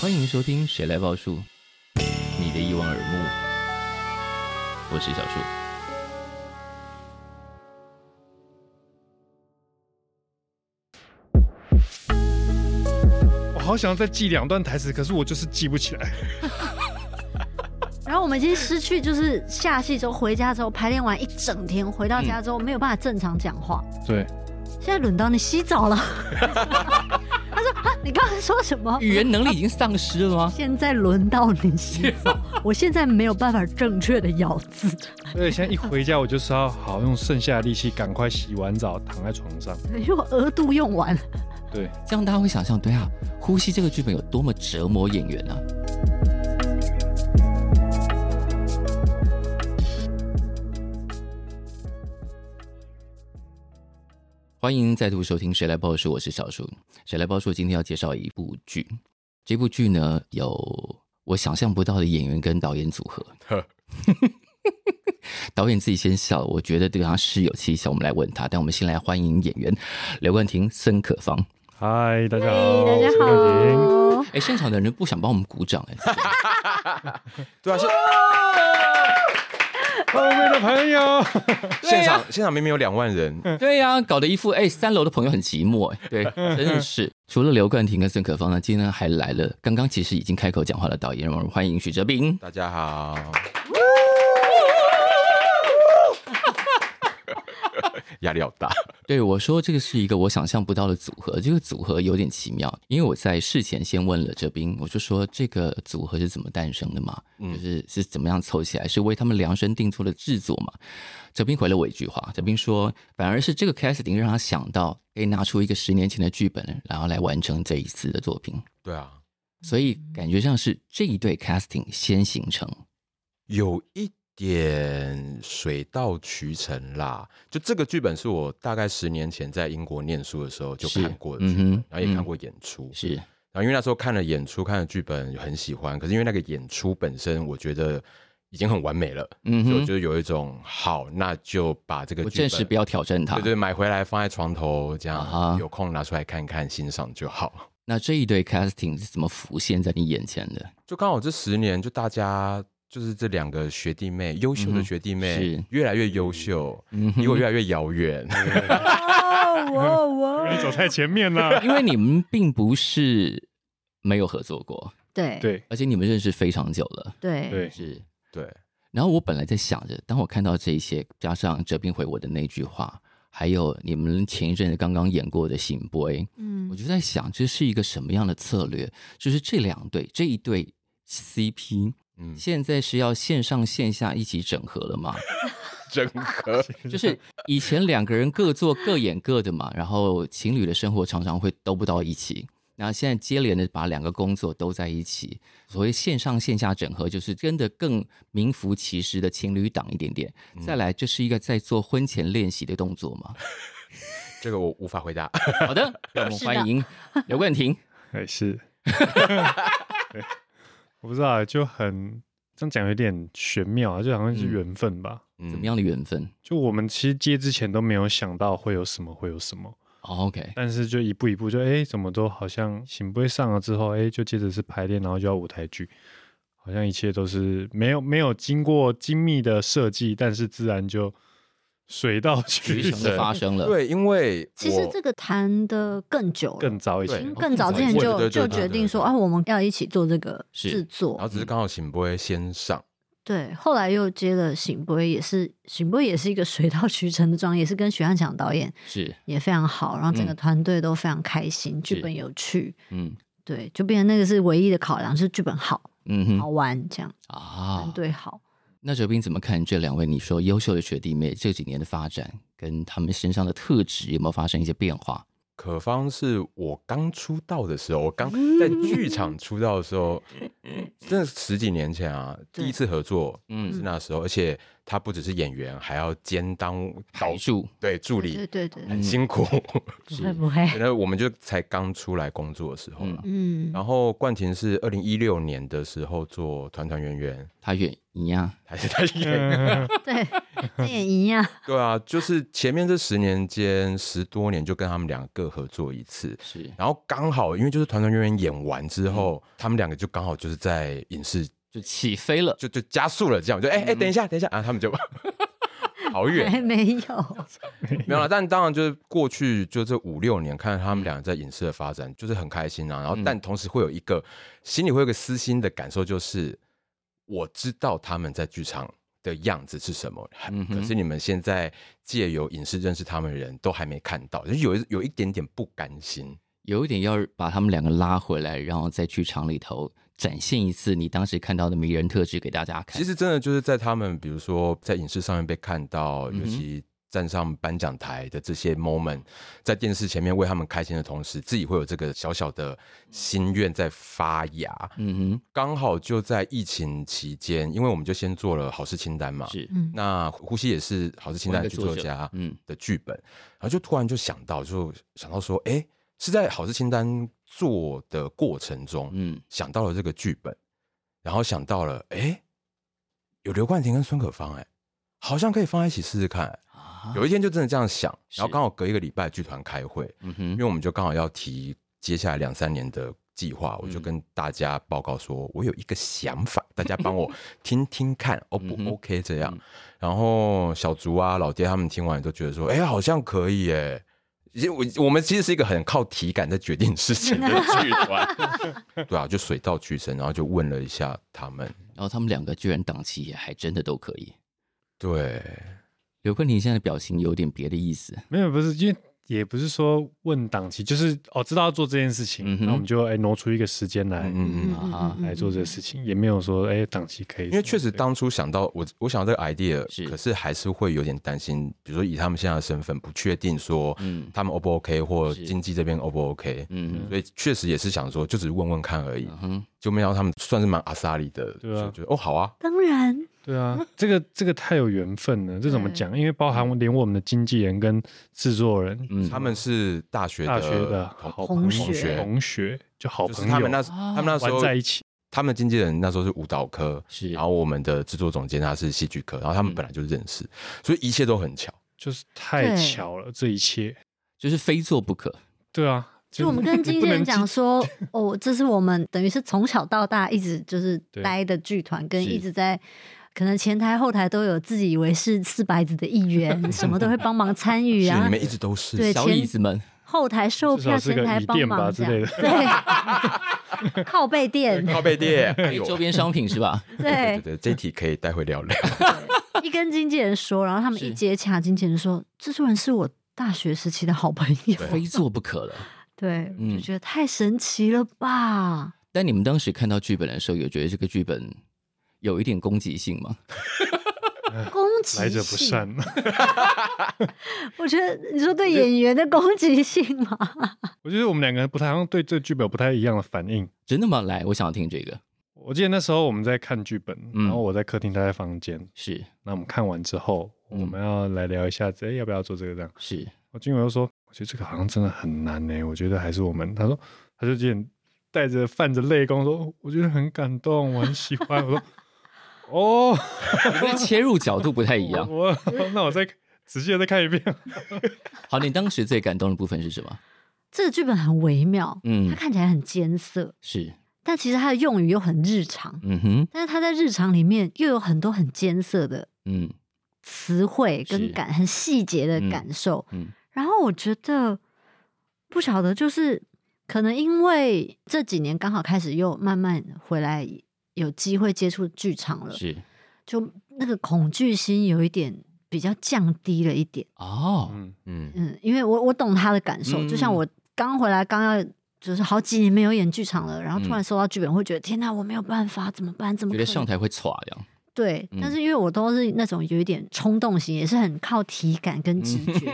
欢迎收听《谁来报数》，你的一望而目，我是小树。我好想再记两段台词，可是我就是记不起来。然后我们已经失去，就是下戏之后回家之后排练完一整天，回到家之后没有办法正常讲话。对，现在轮到你洗澡了，他说啊，你刚才说什么？语言能力已经丧失了吗？现在轮到你洗澡，我现在没有办法正确的咬字，而且现在一回家，我就是要好用剩下的力气赶快洗完澡，躺在床上。因为我额度用完了。对，这样大家会想象，对啊，呼吸这个剧本有多么折磨演员啊！欢迎再度收听《谁来报数》，我是小树。《谁来报数》今天要介绍一部剧，这部剧呢有我想象不到的演员跟导演组合。 导演自己先笑，我觉得对他是有蹊跷。我们来问他，但我们先来欢迎演员刘冠廷、孙可芳。嗨，大家好，哎大家我好，哎，现场的人不想帮我们鼓掌哎、对啊，是现冠廷，后面的朋 友，现场、现场明明有两万人，对呀、搞得一副哎、三楼的朋友很寂寞哎、对，真的是。除了刘冠廷跟孙可芳呢，今天还来了刚刚其实已经开口讲话的导演，让我们欢迎许哲斌。大家好。 压力好大，对我说，这个是一个我想象不到的组合，这个组合有点奇妙，因为我在事前先问了哲斌，我就说这个组合是怎么诞生的嘛，嗯就是是怎么样凑起来，是为他们量身定做的制作嘛。哲斌回了我一句话，哲斌说，反而是这个 casting 让他想到可以拿出一个十年前的剧本，然后来完成这一次的作品，对啊，所以感觉上是这一对 casting 先形成，有一点水到渠成啦。就这个剧本是我大概十年前在英国念书的时候就是看过的剧本，嗯哼然后也看嗯过演出，是然后因为那时候看了演出，看了剧本很喜欢，可是因为那个演出本身，我觉得已经很完美了，嗯所以哼我就有一种好，那就把这个我剧本暂时不要挑战他，对对，买回来放在床头，这样、啊哈有空拿出来看看欣赏就好。那这一对 casting 是怎么浮现在你眼前的？就刚好这十年，就大家就是这两个学弟妹，优秀嗯哼的学弟妹、是越来越优秀，嗯哼离我越来越遥远。哦哇哇，你走太前面了。因为你们并不是没有合作过，对对而且你们认识非常久了，对，对，是。 对，然后我本来在想着，当我看到这一些，加上哲斌回我的那句话，还有你们前一阵子刚刚演过的《醒波》，我嗯，就在想这是一个什么样的策略？就是这两队，这一对 CP，嗯，现在是要线上线下一起整合了吗？ 整合就是以前两个人各做各演各的嘛，然后情侣的生活常常会兜不到一起。那现在接连的把两个工作都在一起，所谓线上线下整合，就是真的更名副其实的情侣档一点点。嗯再来，这是一个在做婚前练习的动作嘛？这个我无法回答。好 的，让我们是的欢迎刘冠廷。还哎是， 对我不知道，就很这样讲有点玄妙啊，就好像是缘分吧。嗯怎么？样的缘分、就我们其实接之前都没有想到会有什么，会有什么， o o k 但是就一步一步就，哎，怎么都好像行不会上了之后，哎，就接着是排练，然后就要舞台剧，好像一切都是没有没有经过精密的设计，但是自然就水 到渠局成的成，发生了。对，因为我其实这个谈的更久了，更早以对前，更早之前对就对对就对对决定说啊，我们要一起做这个是制然后作。只是刚好醒波先上，对，后来又接了《醒波》，也是《醒波》也是一个水到渠成的状态，也是跟许汉强导演是，也非常好，然后整个嗯团队都非常开心，剧本有趣，嗯对，就变成那个是唯一的考量，是剧本好、嗯好嗯哼玩这样，团啊。队好。那哲斌怎么看这两位你说优秀的学弟妹这几年的发展，跟他们身上的特质有没有发生一些变化？可芳是我刚出道的时候，我刚嗯在剧场出道的时 候，真的十几年前啊，对第一次合作是嗯，那时候，而且他不只是演员，还要兼当导导数对助对理，哎对对，很辛苦。 不会不会，然后我们就才刚出来工作的时候啦。嗯，然后冠廷是二零一六年的时候做团团圆圆，他愿意啊，还是他演嗯对，这也一样，对啊，就是前面这十年间十多年就跟他们两个各合作一次，是然后刚好因为就是团团圆圆演完之后，他们两个就刚好就是在影视就起飞了。就就加速了，这样就哎哎、等一下等一下啊，他们就 好远还没有，没有了。但当然就是过去就这五六年看嗯他们两个在影视的发展，就是很开心啊。然后但同时会有一个心里会有一个私心的感受，就是我知道他们在剧场。的样子是什么？嗯哼可是你们现在借由影视认识他们的人都还没看到，就是有一有一点点不甘心。有一点要把他们两个拉回来，然后在剧场里头展现一次你当时看到的迷人特质给大家看。其实真的就是在他们，比如说在影视上面被看到，嗯哼尤其站上颁奖台的这些 moment，在电视前面为他们开心的同时，自己会有这个小小的心愿在发芽。嗯刚好就在疫情期间，因为我们就先做了好事清单嘛哼，，是嗯，那呼吸也是好事清同单一的个啊剧作者家嗯，的剧本，然后就突然就想到，就想到说，哎、是在好事清单做的过程中，嗯，想到了这个剧本，然后想到了，哎，有刘冠廷跟孙可芳，哎，好像可以放在一起试试看。啊有一天就真的这样想，是然后刚好隔一个礼拜剧团开会，嗯因哼，为我们就刚好要提接下来两三年的计划，我就嗯跟大家报告说，我有一个想法，大家 帮我听听看，O 嗯哼不 OK 这样嗯。然后小竹啊、老爹他们听完也都觉得说，哎，好像可以哎。其实我我们其实是一个很靠体感在决定事情的剧团，对啊，就水到渠成，然后就问了一下他们，然后他们两个居然档期也还真的都可以。对，刘坤廷现在的表情有点别的意思，没有，不是，因为也不是说问档期，就是哦，知道要做这件事情嗯，哼那我们就哎挪出一个时间来嗯嗯嗯。啊来做这个事情，也没有说哎档期可以什么的，因为确实当初想到我，我想到这个 idea，是可是还是会有点担心，比如说以他们现在的身份，不确定说嗯他们 O 不 OK 或是经济这边 O 不 OK，嗯所以确实也是想说，就只是问问看而已，嗯哼，就没想到他们算是蛮阿萨里的，对啊就觉得哦好啊，当然，对啊，这个这个太有缘分了，这怎么讲？因为包含连我们的经纪人跟制作人，嗯他们是大学大学的的同好同朋友学同学就好就朋是友，他们那啊他们那时玩候在一起，他们经纪人那时候是舞蹈科，是，嗯然后我们的制作总监他是戏剧科，然后他们本来就认识，所以一切都很巧。就是太对巧了，这一切，就是非做不可，对啊，就我们跟经纪人 讲说，哦，这是我们等于是从小到大一直就是对待的剧团，跟是一直在。可能前台后台都有自己以为是四百子的一 员，什么都会帮忙参与是啊你。们一直都是，对小前椅子们，后台售至少票，是前个台椅帮垫吧忙之这样类的，对，靠背垫， 靠 背垫，哎还有呦周边商品是吧？对对 对，对，这一题可以待会 聊聊。一跟经纪人说，然后他们一是接洽，经纪人说，制作人是我大学时期的好朋友，非做不可了。对，我嗯就觉得太神奇了吧？但你们当时看到剧本的时候，有觉得这个剧本有一点攻击性吗？攻击性来者不善，我觉得你说对演员的攻击性吗？我觉得我们两个人不太好像对这个剧本有不太一样的反应。真的吗？来，我想听这个。我记得那时候我们在看剧本，嗯然后我在客厅，他在房间。是那我们看完之后，我嗯们要来聊一下，哎，要不要做这个这样？是，我金友又说，我觉得这个好像真的很难呢、我觉得还是我们。他说，他就有点带着泛着泪跟我说，哦我觉得很感动，我很喜欢。我说，哦，你们的切入角度不太一 样。我那我再仔细的再看一遍。好，你当时最感动的部分是什么？ 这个剧本很微妙，它嗯，看起来很艰涩，是，但其实它的用语又很日常，嗯哼，但是它在日常里面又有很多很艰涩的嗯词汇是跟感，很细节的感受。嗯然后我觉得不晓得，就是可能因为这几年刚好开始又慢慢回来，有机会接触剧场了，是，就那个恐惧心有一点比较降低了一点。哦，嗯，嗯，嗯，因为我我懂他的感受，嗯就像我刚回来，刚要就是好几年没有演剧场了，然后突嗯然收到剧本，会觉得天哪，我没有办法，怎么办？怎么觉得可能上台会歘这样。对，嗯嗯 但是因为我都是那种有一点冲动型，也是很靠体感跟直觉。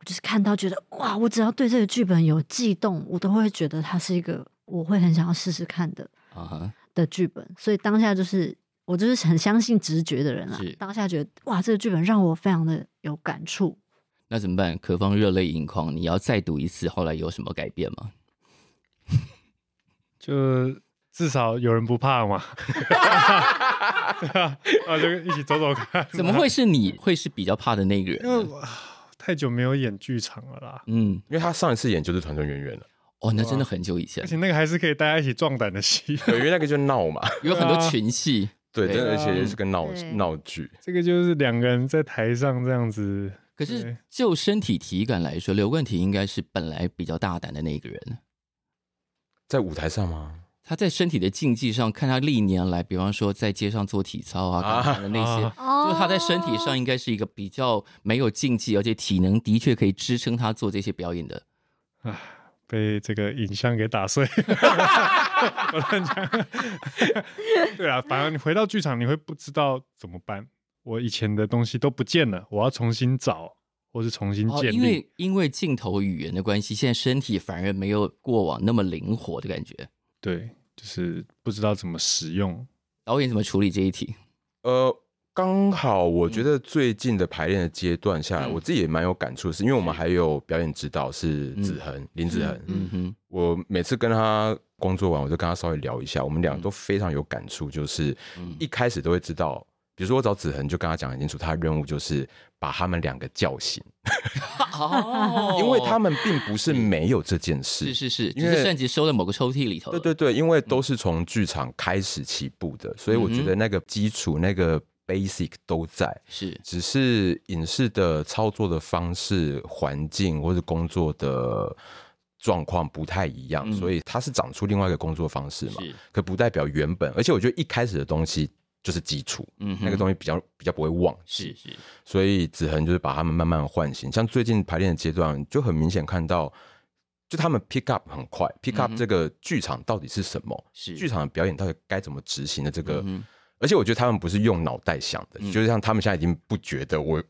我就是看到觉得哇，我只要对这个剧本有悸动，我都会觉得它是一个我会很想要试试看的啊哈，的剧本。所以当下就是我就是很相信直觉的人啦是，当下觉得哇，这个剧本让我非常的有感触。那怎么办？可方热泪盈眶，你要再读一次，后来有什么改变吗？就至少有人不怕嘛， 对啊，然后就一起走走看。怎么？会是你会是比较怕的那个因为人呢？我太久没有演剧场了啦，嗯，因为他上一次演就是团团圆圆了，哦，那真的很久以前而，且那个还是可以大家一起壮胆的戏。对，因为那个就闹嘛，有很多对啊群戏，对，真的，对而啊且也是个闹对闹剧， 这个就是两个人在台上这样子，可是对就身体体感来说，刘冠廷应该是本来比较大胆的那个人。在舞台上吗？他在身体的竞技上，看他历年来，比方说在街上做体操啊，啊干嘛的那些，啊哦就是他在身体上应该是一个比较没有竞技，而且体能的确可以支撑他做这些表演的。被这个影像给打 碎。我乱讲。对啊，反而你回到剧场，你会不知道怎么办。我以前的东西都不见了，我要重新找，或是重新哦，建因立。为因为镜头语言的关系，现在身体反而没有过往那么灵活的感觉。对，就是不知道怎么使用。导演怎么处理这一题？呃，刚好我觉得最近的排练的阶段下来，嗯我自己也蛮有感触的是，因为我们还有表演指导是嗯子恒林子恒，嗯哼，我每次跟他工作完，我就跟他稍微聊一下，我们俩都非常有感触，就是嗯一开始都会知道，比如说我找子恒，就跟他讲很清楚，他的任务就是把他们两个叫醒，哦因为他们并不是没有这件事，是是是，只因为是擅自收在某个抽屉里头了。对对对，因为都是从剧场开始起步的，所以我觉得那个基础、那个 basic 都在，是只是影视的操作的方式、环境或者工作的状况不太一样，嗯所以它是长出另外一个工作方式嘛。是，可不代表原本，而且我觉得一开始的东西就是基础，嗯哼，那个东西比较比较不会忘记。是是，所以子恒就是把他们慢慢唤醒。像最近排练的阶段，就很明显看到，就他们 pick up 很快，pick up 嗯哼这个剧场到底是什么，是剧场的表演到底该怎么执行的这个。嗯哼而且我觉得他们不是用脑袋想的，嗯就是像他们现在已经不觉得我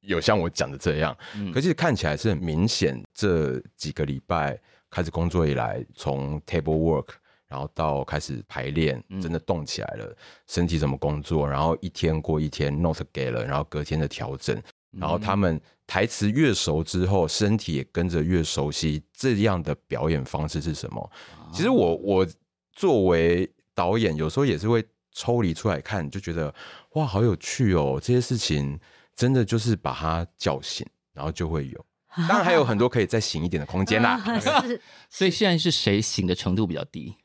有像我讲的这样，嗯可是看起来是很明显，这几个礼拜开始工作以来，从 table work，然后到开始排练嗯，真的动起来了，身体怎么工作，然后一天过一天，note 给了，然后隔天的调整，然后嗯他们台词越熟之后，身体也跟着越熟悉，这样的表演方式是什么？其实我我作为导演，有时候也是会抽离出来看，就觉得哇，好有趣哦！这些事情真的就是把它叫醒，然后就会有。当然还有很多可以再醒一点的 空间啦。啊是所以现在是谁醒的程度比较低？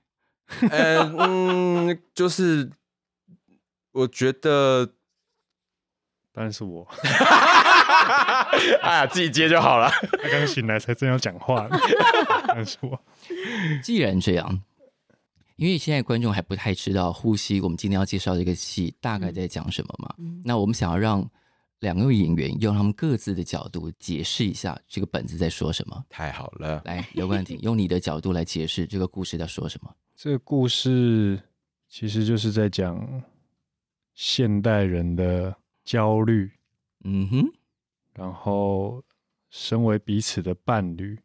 呃嗯，就是我觉得，当然是我， 哎呀，自己接就好了。他刚醒来才正要讲话， 当然是我。既然这样，因为现在观众还不太知道《呼吸》我们今天要介绍这个戏大概在讲什么嘛，嗯那我们想要让两位演员用他们各自的角度解释一下这个本子在说什么。太好了， 来，刘冠廷，用你的角度来解释这个故事在说什么。 这个故事其实就是在讲现代人的焦虑，嗯哼，然后身为彼此的伴侣，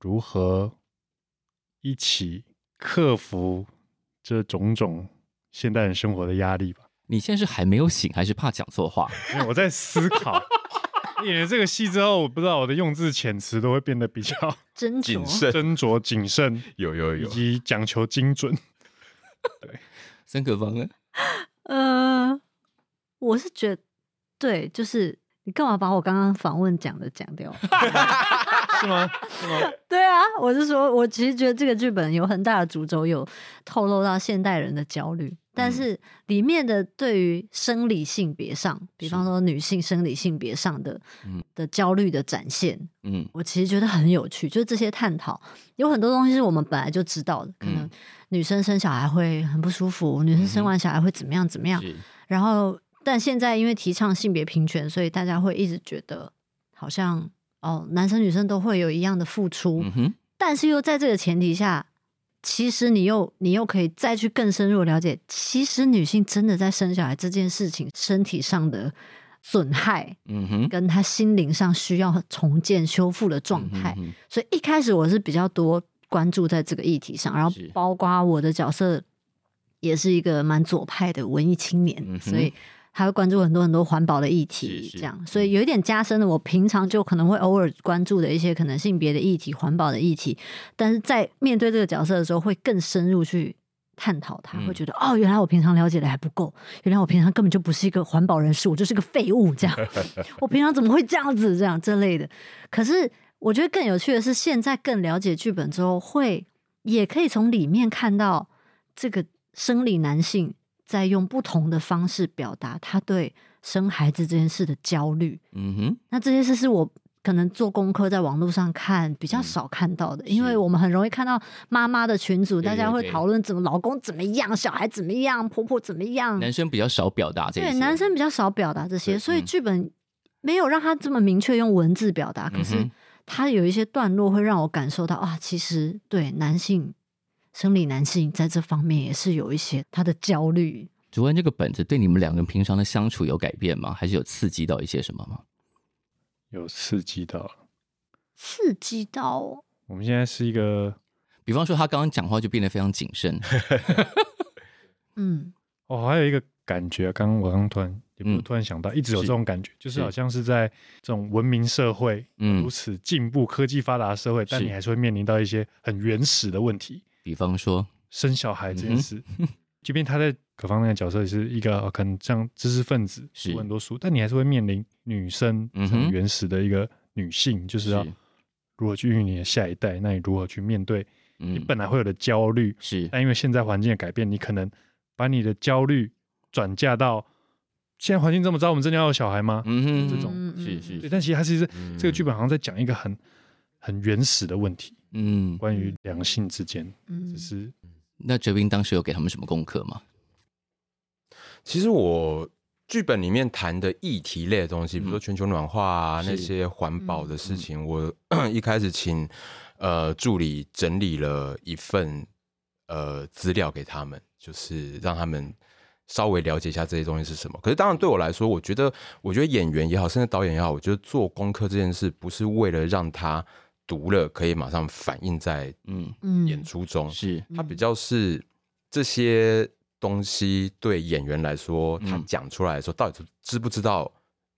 如何一起克服这种种现代人生活的压力吧。你现在是还没有醒，还是怕讲错 话？因为我在思考演了这个戏之后，我不知道我的用字遣词都会变得比较斟谨酌，慎，斟酌、谨慎，有有以有，及讲求精准。森可芳呢？呃，我是觉得，对，就是你干嘛把我刚刚访问讲的讲掉？是吗？是吗？ 对啊，我是说，我其实觉得这个剧本有很大的主轴，有透露到现代人的焦虑，但是里面的对于生理性别上，比方说女性生理性别上的嗯的焦虑的展现，嗯我其实觉得很有趣，就是这些探讨有很多东西是我们本来就知道的，可能嗯女生生小孩会很不舒服，女生生完小孩会怎么样怎么样，是然后，但现在因为提倡性别平权，所以大家会一直觉得好像哦，男生女生都会有一样的付出，嗯哼，但是又在这个前提下，其实你又你又可以再去更深入地了解，其实女性真的在生小孩这件事情身体上的损害嗯哼，跟他心灵上需要重建修复的状态。嗯哼所以一开始我是比较多关注在这个议题上，然后是包括我的角色也是一个蛮左派的文艺青年，嗯哼所以还会关注很多很多环保的议题是，嗯是这样，所以有一点加深了我平常就可能会偶尔关注的一些可能性别的议题、环保的议题，但是在面对这个角色的时候，会更深入去。探讨它，嗯会觉得、哦，原来我平常了解的还不够，原来我平常根本就不是一个环保人士，我就是个废物这样。我平常怎么会这样子这样这类的？可是我觉得更有趣的是，现在更了解剧本之后，会也可以从里面看到这个生理男性在用不同的方式表达他对生孩子这件事的焦虑。嗯哼，那这些事是我可能做功课在网络上看比较嗯少看到的，是因为我们很容易看到妈妈的群组，对大家会对讨论怎么老公怎么样，小孩怎么样，婆婆怎么样，男生比较少表达这些，对，男生比较少表达这些，对所以嗯剧本没有让他这么明确用文字表达。可嗯是哼他有一些段落会让我感受到啊，其实对男性生理男性在这方面也是有一些他的焦虑。主任，这个本子对你们两个人平常的相处有改变吗？还是有刺激到一些什么吗？有刺激到了。刺激到我们现在是一个比方说，他刚刚讲话就变得非常谨 慎，嗯，哦，还有一个感觉，刚刚我刚突然也不是嗯突然想到，一直有是这种感觉，就是是好像是在这种文明社会，嗯如此进步、科技发达的社会，但是你还是会面临到一些很原始的问题，比方说，生小孩这件嗯哼事。 即便他在可芳那个角色也是一个、呃可能这样知识分子，是读很多书，但你还是会面临女生嗯哼很原始的一个女性，就是要是如何去孕育你的下一代，那你如何去面对你嗯，本来会有的焦虑，是但因为现在环境的改变，你可能把你的焦虑转嫁到现在环境这么糟，我们真的要有小孩吗？嗯哼，这种嗯是嗯对，是，但其实它其实嗯这个剧本好像在讲一个很很原始的问题，嗯，关于两性之间，嗯只是那哲斌当时有给他们什么功课吗？其实我剧本里面谈的议题类的东西，比如说全球暖化啊、是那些环保的事情，我 一开始请呃助理整理了一份呃资料给他们，就是让他们。稍微了解一下这些东西是什么，可是当然对我来说，我觉得，我觉得演员也好，甚至导演也好，我觉得做功课这件事不是为了让他读了可以马上反映在嗯，嗯演出哦中，是它比嗯较是这些东西对演员来说，他嗯讲出来的时候，到底知不知道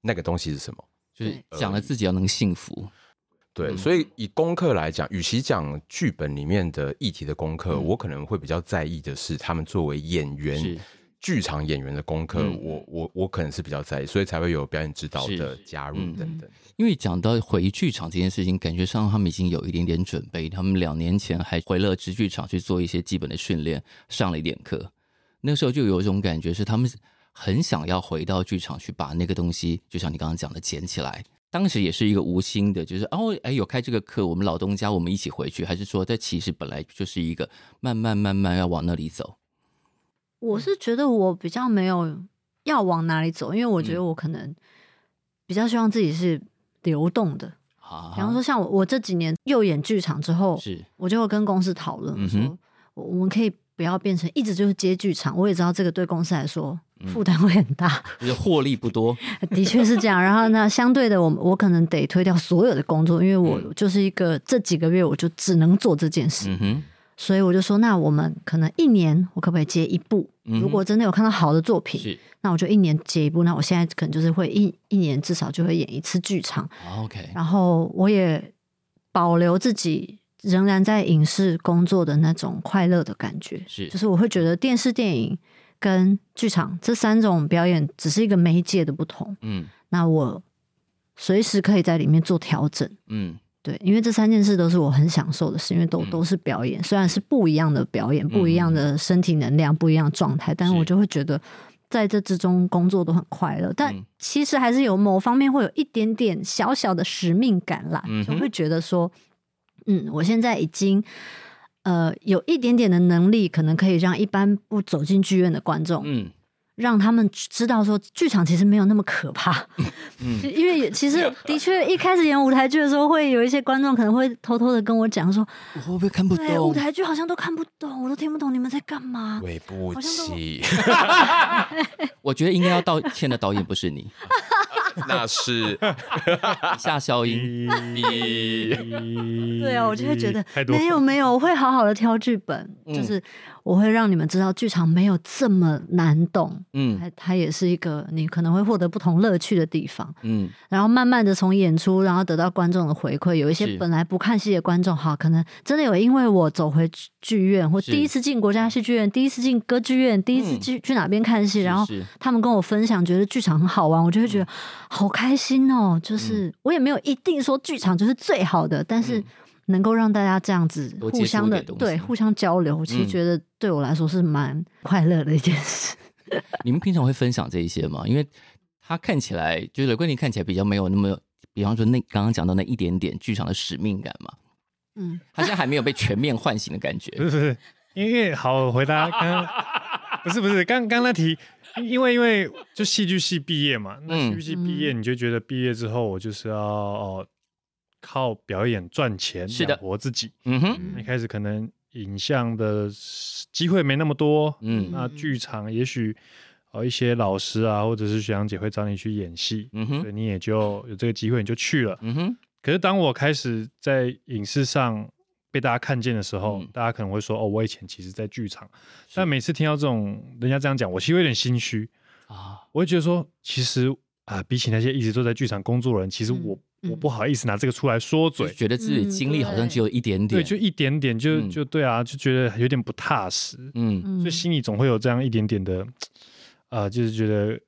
那个东西是什么？就是对讲了自己要能幸福，对，嗯所以以功课来讲，与其讲剧本里面的议题的功课，嗯我可能会比较在意的是他们作为演员呃是、剧场演员的功课，嗯我我我可能是比较在意，所以才会有表演指导是的加入嗯等等。啊因为讲到回剧场这件事情，感觉上他们已经有一点点准备。他们两年前还回了直剧场去做一些基本的训练，上了一点课。那时候就有一种感觉是，他们很想要回到剧场去把那个东西，就像你刚刚讲的，捡起来。当时也是一个无心的，就是哦，哎，有开这个课，我们老东家我们一起回去，还是说，这其实本来就是一个慢慢慢慢要往那里走。嗯我是觉得我比较没有要往哪里走，因为我觉得嗯我可能比较希望自己是流动的。啊，比方说，像我我这几年又演剧场之后，是，我就会跟公司讨论我说，嗯哼我我们可以不要变成一直就是接剧场。我也知道这个对公司来说嗯负担会很大， 就是获利不多，的确是这样。然后呢，相对的我，我可能得推掉所有的工作，因为我嗯就是一个、这几个月我就只能做这件事，嗯哼，所以我就说，那我们可能一年我可不可以接一部？嗯哼如果真的有看到好的作品，是那我就一年接一部。那我现在可能就是会一一年至少就会演一次剧场。啊，OK，然后我也保留自己仍然在影视工作的那种快乐的感觉，是就是我会觉得电视、电影跟剧场这三种表演只是一个媒介的不同，嗯那我随时可以在里面做调整。嗯对，因为这三件事都是我很享受的事，因为都、嗯都是表演，虽然是不一样的表演，不一样的身体能量，不一样的状态，但是是我就会觉得在这之中工作都很快乐。但嗯其实还是有某方面会有一点点小小的使命感啦，嗯就哼会觉得说，嗯，我现在已经。呃，有一点点的能力，可能可以让一般不走进剧院的观众，嗯让他们知道说，剧场其实没有那么 可怕。嗯就 因为其实的确一开始演舞台剧的时候，会有一些观众可能会偷偷的跟我讲说，我会不会看不对，舞懂？台剧好像都看不懂，我都听不懂你们在干嘛。对不好像都起， 我觉得应该要道歉的导演不是你，那是下消音。咦 对啊，我就会觉得 太多没有没有，我会好好的挑剧本，就嗯是我会让你们知道剧场没有这么难懂，嗯它它也是一个你可能会获得不同乐趣的地方。嗯然后慢慢的从演出，然后得到观众的回馈，有一是些本来不看戏的观众，哈，可能真的有因为我走回剧剧院，或是第一次进国家戏剧院，第一次进歌剧院，第一次嗯去、去哪边看戏，然后是嗯他们跟我分享，觉得剧场很好玩，我就会觉得好开心哦。就是我也没有一定说剧场就是最好的，但是嗯能够让大家这样子多接互相触一的点东西对互相交流，我其实嗯觉得对我来说是蛮快乐的一件事。你们平常会分享这一些吗？因为他看起来就是刘冠霖看起来比较没有那么，比方说那刚刚讲到那一点点剧场的使命感嘛，嗯，他现在还没有被全面唤醒的感觉。不是不是，因为好我回答刚 刚，不是不是，刚刚那题，因为因为就戏剧系毕业嘛，那嗯戏剧系毕业你就觉得毕业之后我就是要哦靠表演赚钱，是的养活自己。 嗯哼，一开始可能影像的机会没那么多，嗯那剧场也许呃一些老师啊或者是学长姐会找你去演戏，嗯所哼，以你也就有这个机会你就去了。嗯哼，可是当我开始在影视上被大家看见的时候，嗯大家可能会说：“哦，我以前其实在剧场。”是但每次听到这种人家这样讲，我其实有点心虚，啊，我会觉得说，其实啊，比起那些一直都在剧场工作的人，其实嗯我、嗯我不好意思拿这个出来说就嘴。觉得自己的经历好像只有一点点，对，就一点点就，就、嗯对啊，就觉得有点不踏实，嗯嗯所以心里总会有这样一点点的，呃，就是觉得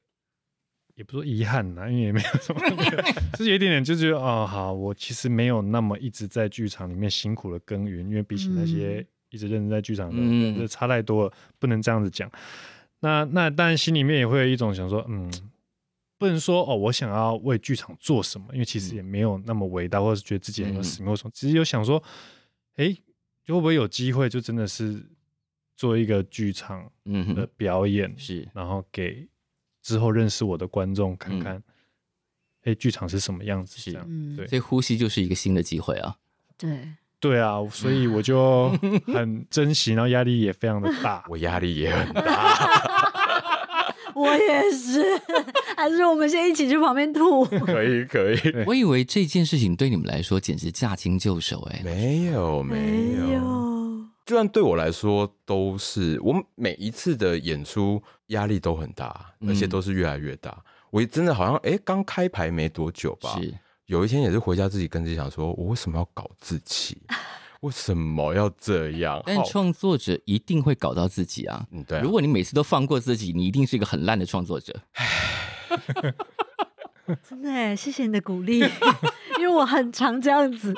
也不说遗憾呐，因为也没有什么， 就是有一点点就觉得哦，好，我其实没有那么一直在剧场里面辛苦的耕耘，因为比起那些嗯一直认真在剧场的嗯人，这、差太多了，不能这样子讲。那那当然心里面也会有一种想说，嗯。不能说哦，我想要为剧场做什么，因为其实嗯也没有那么伟大，或者是觉得自己很有嗯使命或什么。只是有想说，诶，就会不会有机会，就真的是做一个剧场嗯的哼，表演，是然后给之后认识我的观众看看，哎、剧场是什么样子？嗯是这样嗯对所以呼吸就是一个新的机会啊。对，对啊，所以我就 很珍惜，然后压力也非常的大。我压力也很大。 我也是，还是我们先一起去旁边吐。可以可以， 对我以为这件事情对你们来说简直驾轻就熟哎、没有没有，有，就算对我来说都是，我每一次的演出压力都很大，嗯而且都是越来越大。我真的好像哎，刚开牌没多久吧，是有一天也是回家自己跟自己讲说，我为什么要搞自 己？为什么要这样？但好创作者一定会搞到自己啊。嗯对啊、如果你每次都放过自己，你一定是一个很烂的创作者。真的耶，谢谢你的鼓励， 因为我很常这样子，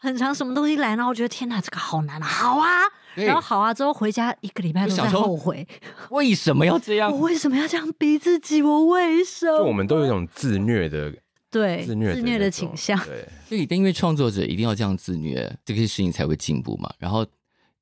很常什么东西来，然后我觉得天哪，这个好难啊，好啊，对然后好啊，之后回家一个礼拜就都想在说后悔，为什么要这样我？为什么要这样逼自己？我为什么？就我们都有一种自虐的对自虐自那虐的种倾向，对，所以，因为创作者一定要这样自虐，这个事情才会进步嘛。然后，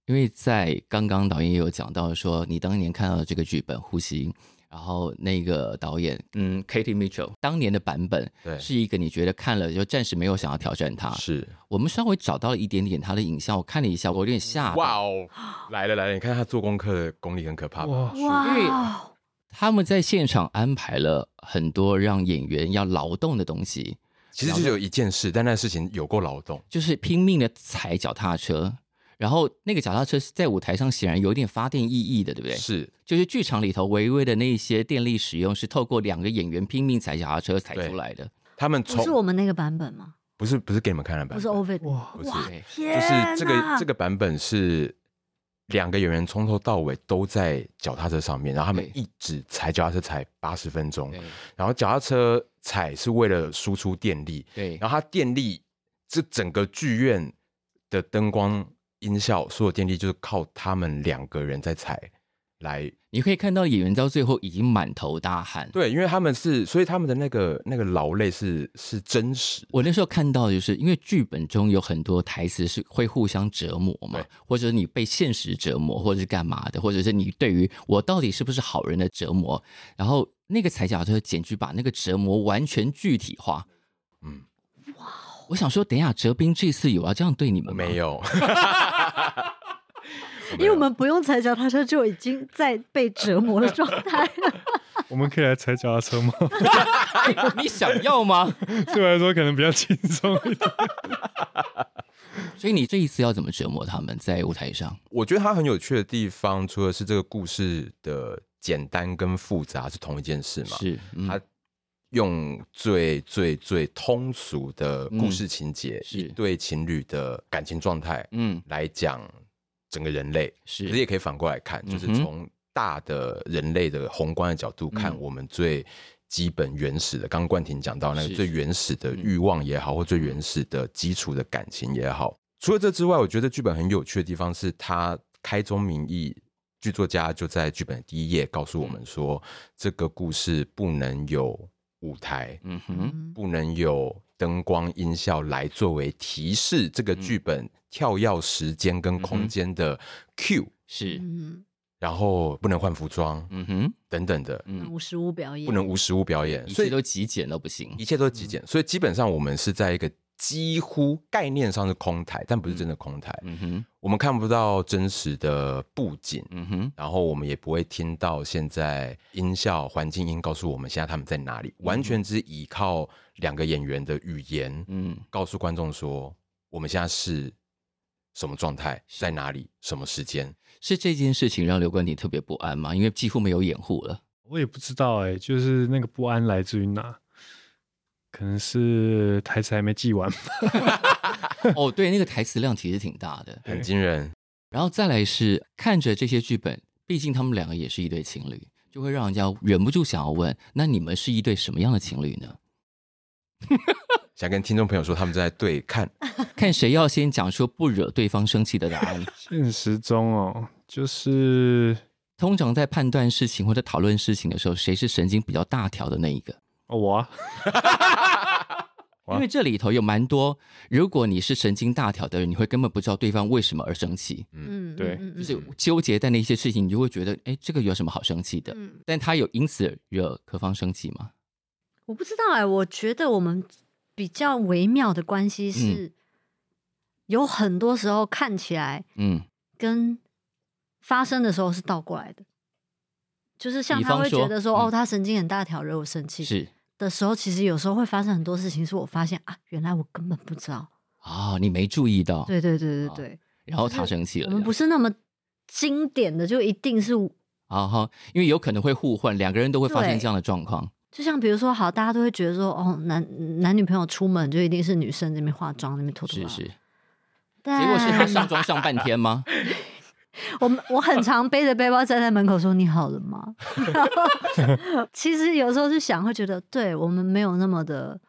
因为在刚刚导演也有讲到说，你当年看到的这个剧本《呼吸》，然后那个导演，嗯，Katie Mitchell 当年的版本，对是一个你觉得看了就暂时没有想要挑啊战它。是我们稍微找到了一点点他的影像，我看了一下，我有点啊吓哇到。哦，来了来了，你看他做功课的功力很可怕吧？哇，因为哇，他们在现场安排了很多让演员要劳动的东西，其实就只有一件事，但那事情有够劳动。就是拼命的踩脚踏车。然后那个脚踏车是在舞台上显然有一点发电意义的，对不对？是就是剧场里头微微的那一些电力使用是透过两个演员拼命踩脚踏车踩出来的。他们不从是我们那个版本吗？不是不是给你们看的版不是本， Ovid，哇不是哇对天就是这个哪这个版本是两个演员从头到尾都在脚踏车上面，然后他们对一直踩脚踏车踩八十分钟对，然后脚踏车踩是为了输出电力，对，然后它电力这整个剧院的灯光音效，所有电力就是靠他们两个人在踩来你可以看到演员到最后已经满头大汗。对，因为他们是，所以他们的那个那个劳累是是真实，我那时候看到，就是因为剧本中有很多台词是会互相折磨嘛对，或者你被现实折磨，或者是干嘛的，或者是你对于我到底是不是好人的折磨。然后那个踩脚车简直把那个折磨完全具体化。嗯，我想说，等一下哲斌这次有要这样对你我们吗？没。有，因为我们不用踩脚踏车就已经在被折磨的状态了。我们可以来踩脚踏车吗？ 哎你想要吗？对我来说可能比较轻松一点。所以你这一次要怎么折磨他们在舞台上？我觉得它很有趣的地方，除了是这个故事的简单跟复杂是同一件事嘛，是，嗯他用最最最通俗的故事情节，嗯是一对情侣的感情状态嗯来讲整个人类，是可是也可以反过来看，就是嗯哼从大的人类的宏观的角度看，嗯我们最基本原始的，刚刚冠廷讲到那个是嗯最原始的欲望也好，或最原始的基础的感情也好。除了这之外，我觉得剧本很有趣的地方是，它开宗明义，剧作家就在剧本的第一页告诉我嗯们说，这个故事不能有舞台，嗯哼嗯，不能有灯光音效来作为提示这嗯个剧本跳跃时间跟空间的 Q，、是，嗯，然后不能换服装嗯哼等等的，嗯无实物表演不能无实物表演，一所切以都嗯极简都不行一。切都是极简。所以基本上我们是在一个几乎概念上是空台，但不是真的空台，嗯哼我们看不到真实的布景。嗯哼，然后我们也不会听到现在音效、环境音告诉我们现在他们在哪里，完全只依靠两个演员的语言，嗯告诉观众说我们现在是什么状态，是在哪里，什么时间。是这件事情让刘冠廷特别不安吗？因为几乎没有掩护了。我也不知道哎、就是那个不安来自于哪？可能是台词还没记完吧。 哦，对，那个台词量其实挺大的。很惊人，然后再来是看着这些剧本，毕竟他们两个也是一对情侣，就会让人家忍不住想要问：那你们是一对什么样的情侣呢？想跟听众朋友说，他们在对看，看谁要先讲出不惹对方生气的答案。现实中哦，就是通常在判断事情或者讨论事情的时候，谁是神经比较大条的那一个？哦我啊，哇因为这里头有蛮多，如果你是神经大条的人，你会根本不知道对方为什么而生气，嗯，嗯，对嗯就是纠结在那些事情，你就会觉得，哎，这个有什么好生气的？嗯，但他有因此惹何方生气吗？我不知道哎、我觉得我们比较微妙的关嗯系是，有很多时候看起来嗯，跟发生的时候是倒过来的，就是像比他方会觉说得说，嗯哦，他神经很大条，惹我生气是的时候，其实有时候会发生很多事情，是我发现啊，原来我根本不知道。啊、你没注意到，对对对好对对，然后他生气了我。们不是那么经典的，就一定是啊哈，因为有可能会互换，两个人都会发生对这样的状况。就像比如说，好，大家都会觉得说，哦，男男女朋友出门就一定是女生那边化妆，那边脱脱是拉是，结但果是他上妆上半天吗？ 我们我很常背着背包站在门口说：“你好了吗？” 其实有时候就想，会觉得，对我们没有那么的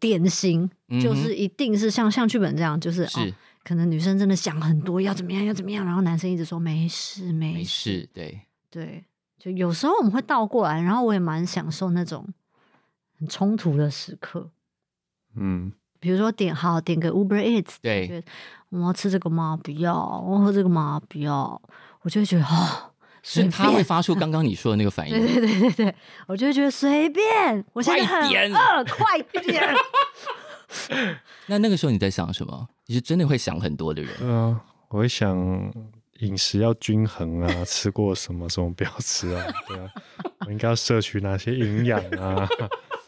典型，嗯哼就是一定是像像剧本这样，就是是哦，可能女生真的想很多，要怎么样，要怎么样，然后男生一直说没事没事，没事，对，对，就有时候我们会倒过来，然后我也蛮享受那种很冲突的时刻。嗯，比如说点好点个 Uber Eats，对就觉得我要吃这个吗？不要，我要喝这个吗？不要，我就会觉得哦，随 是他会便，发出刚刚你说的那个反应。对对对对对，我就会觉得随便，我现在快很点饿，快 点，那那个时候你在想什么？你是真的会想很多的人。对啊，我会想饮食要均衡啊，吃过什么什么不要吃啊，对啊，我应该要摄取哪些营养啊。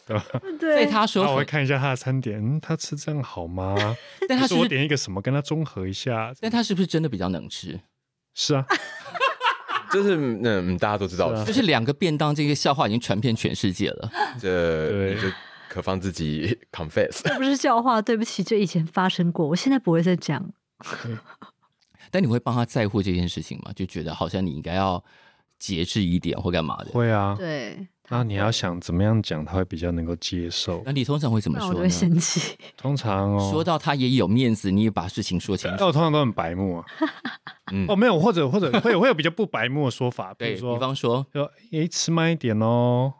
在对，他说那我会很，看一下他的餐点，嗯，他吃这样好吗？但他还是是不我是，点一个什么跟他综合一下？但他是不是真的比较能吃？是啊，这是嗯，大家都知道，是啊就是两个便当这个笑话已经传遍全世界了。这对你就可放自己 confess。这不是笑话，对不起，这以前发生过，我现在不会再讲。但你会帮他在乎这件事情吗？就觉得好像你应该要节制一点或干嘛的。会啊。对，那你要想怎么样讲，他会比较能够接受那。你通常会怎么那我说就呢会？生气。通常哦，说到他也有面子，你也把事情说清但楚。我通常都很白目啊。嗯哦，没有，或者或者会有会有比较不白目的说法，比对如说比，方说，说诶，吃慢一点哦，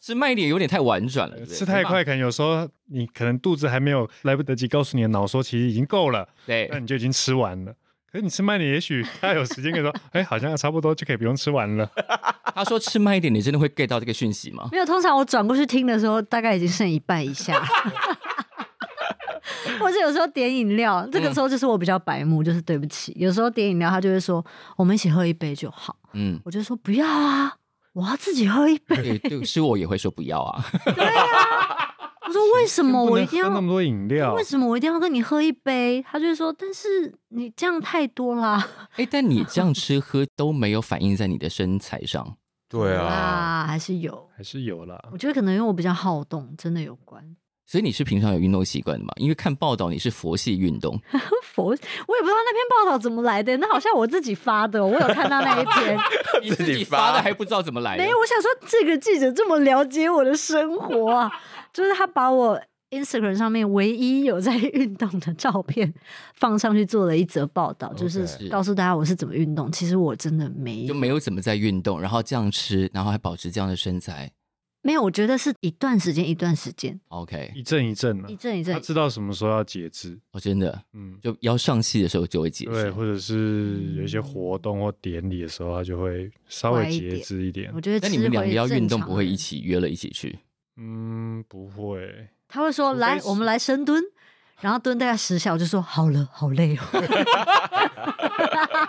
是卖点有点太婉转了，对不对吃太快，可能有时候你可能肚子还没有来不得及告诉你的脑说其实已经够了，对那，你就已经吃完了。可是你吃慢点，也许他有时间跟你说，哎，好像差不多就可以不用吃完了。他说吃慢一点，你真的会 get 到这个讯息 吗？没有，通常我转过去听的时候，大概已经剩一半以下。 或者有时候点饮料，这嗯个时候就是我比较白目，就是对不起。有时候点饮料，他就会说我们一起喝一杯就好，嗯，我就说不要啊，我要自己喝一杯。对对，是我也会说不要啊。我说为什么不我能一定喝要那么多饮料为？什么我一定要跟你喝一杯？他就会说，但是你这样太多啦。哎，但你这样吃喝都没有反映在你的身材上，对有啊， 啦，还是有。还是有啦。我觉得可能因为我比较好动，真的有关。 所以你是平常有运动习惯的嘛？因为看报道你是佛系运 动，佛，我也不知道那篇报道怎么来的，那好像我自己发的，哦我有看到那一篇。你自己发发的还不知道怎么来的没，有，我想说这个记者这么了解我的生活啊， 就是他把我 Instagram 上面唯一有在运动的照片放上去做了一则报道，就 OK 是告诉大家我是怎么运动。其实我真的没就有，没有怎么在运动，然后这样吃，然后还保持这样的身材。没有，我觉得是一段时间一段时间， OK，一阵一阵嗯的、一阵一阵他。知道什么时候要节制，我真的嗯，就要上戏的时候就会解对，释。或者是有一些活动或典礼的时候，他就会稍嗯乖微一节点制一点我。觉得那吃你们两回个要运动正不会常一起约了一起去？嗯，不会，他会说：“除非来，是我们来深蹲。”然后蹲大概十下，我就说好了，好累哦。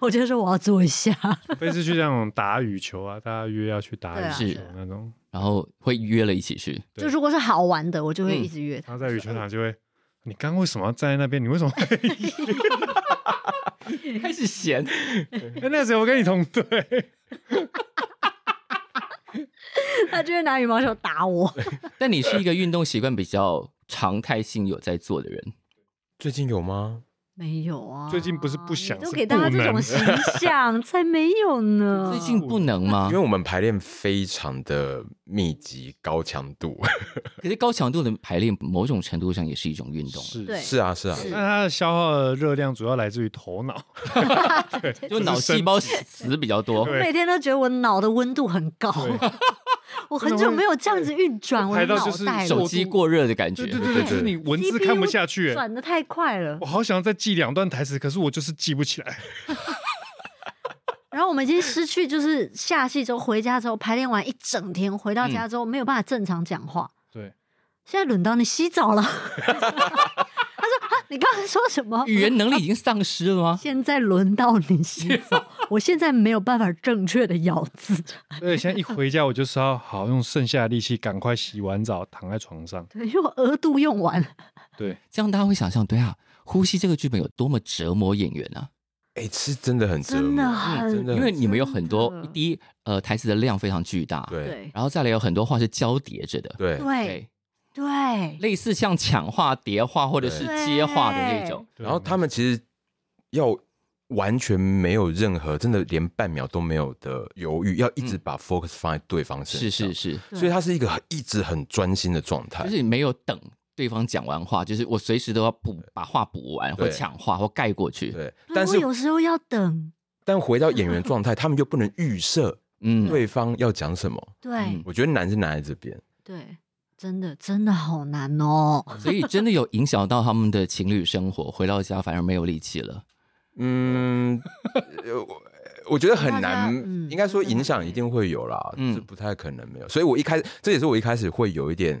我就说我要坐一下，除非是去那种打羽球啊，大家约要去打对啊羽是球那种，然后会约了一起去，对就如果是好玩的，我就嗯会一直约他。他在羽球场就会，你刚刚为什么要站在那边？你为什么会？ 开始闲。哎那谁，我跟你同队。 他就会拿羽毛球打 我。但你是一个运动习惯比较常态性有在做的人，最近有吗？没有啊，最近不是不想你都是给大家不这种能形象， 才没有呢。最近不能吗因为？我们排练非常的密集、高强度。可是高强度的排练，某种程度上也是一种运动，对 是啊，是啊，是那它的消耗的热量主要来自于头脑，就脑细胞死比较多。我对每天都觉得我脑的温度很高， 我很久没有这样子运转我的拍到脑就是袋手了，机过热的感对觉，对对对，就是你文字看不下去，哎转的太快了我。好想再记两段台词，可是我就是记不起来。然后我们已经失去，就是下戏之后回家之后排练完一整天，回到家之后没有办法正常讲话。对，现在轮到你洗澡了，他 说啊，你刚才说什么？语言能力已经丧失了吗？现在轮到你洗澡，我现在没有办法正确的咬字。 对，现在一回家我就是要好用剩下的力气赶快洗完澡，躺在床上。对，因为我额度用完了，对，这样大家会想象，对啊，呼吸这个剧本有多么折磨演员啊！哎，是真的很折真的磨，很真的因为你们有很多真的，第一，呃，台词的量非常巨大，，对对然后再来有很多话是交叠着的，对对，对，类似像抢话、叠话或者是接话的那种，对然后他们其实要完全没有任何，真的连半秒都没有的犹豫，要一直把 focus 放在对方是身上。是是，对所以他嗯是一个很一直很专心的状态就。是没有等对方讲完话，就是我随时都要补把话补完，或对抢话或盖过去，对，对但我是有时候要等，但回到 演员状态，他们就不能预设嗯，对方要讲什么。对嗯我觉得难是难在这边，对，真的真的好难哦。所以真的有影响到他们的情侣生活，回到家反而没有力气了。嗯， 呃我我觉得很大家难，嗯应该说影响一定会有啦，嗯这不太可能没有。所以我一开始，这也是我一开始会有一点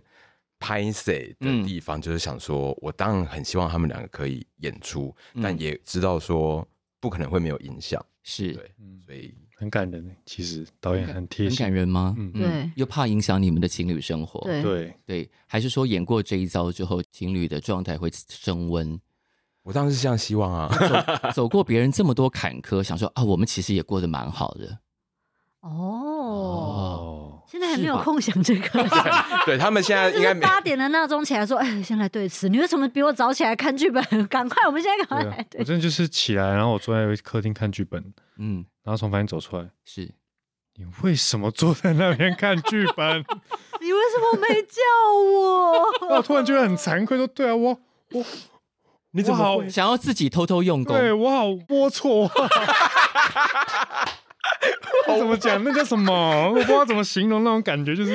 拍谁的地方，就是想说，我当然很希望他们两个可以演出，嗯但也知道说不可能会没有影响，是对，所以很感人，欸其实导演很贴很感心。人吗？嗯对又怕影响你们的情侣生活，对对，对还是说演过这一遭之后，情侣的状态会升温？我当然是这样希望啊。 走走过别人这么多坎坷，想说啊，我们其实也过得蛮好的。哦，哦，现在还是没有吧空想这个。对他们现 在就应该是没八点的闹钟起来说：“哎，先来对词。”你为什么比我早起来看剧本？ 赶快，我们现在赶对快来啊， 对我真的就是起来，然后我坐在客厅看剧本，嗯，然后从房间走出来，是你为什么坐在那边看剧 本？你为什么没叫我？ 那我突然觉得很惭愧，说对啊，我我你怎么好？想要自己偷偷用功，对我好龌龊，我好 我怎么讲？那叫什么？我不知道怎么形容那种感觉，就是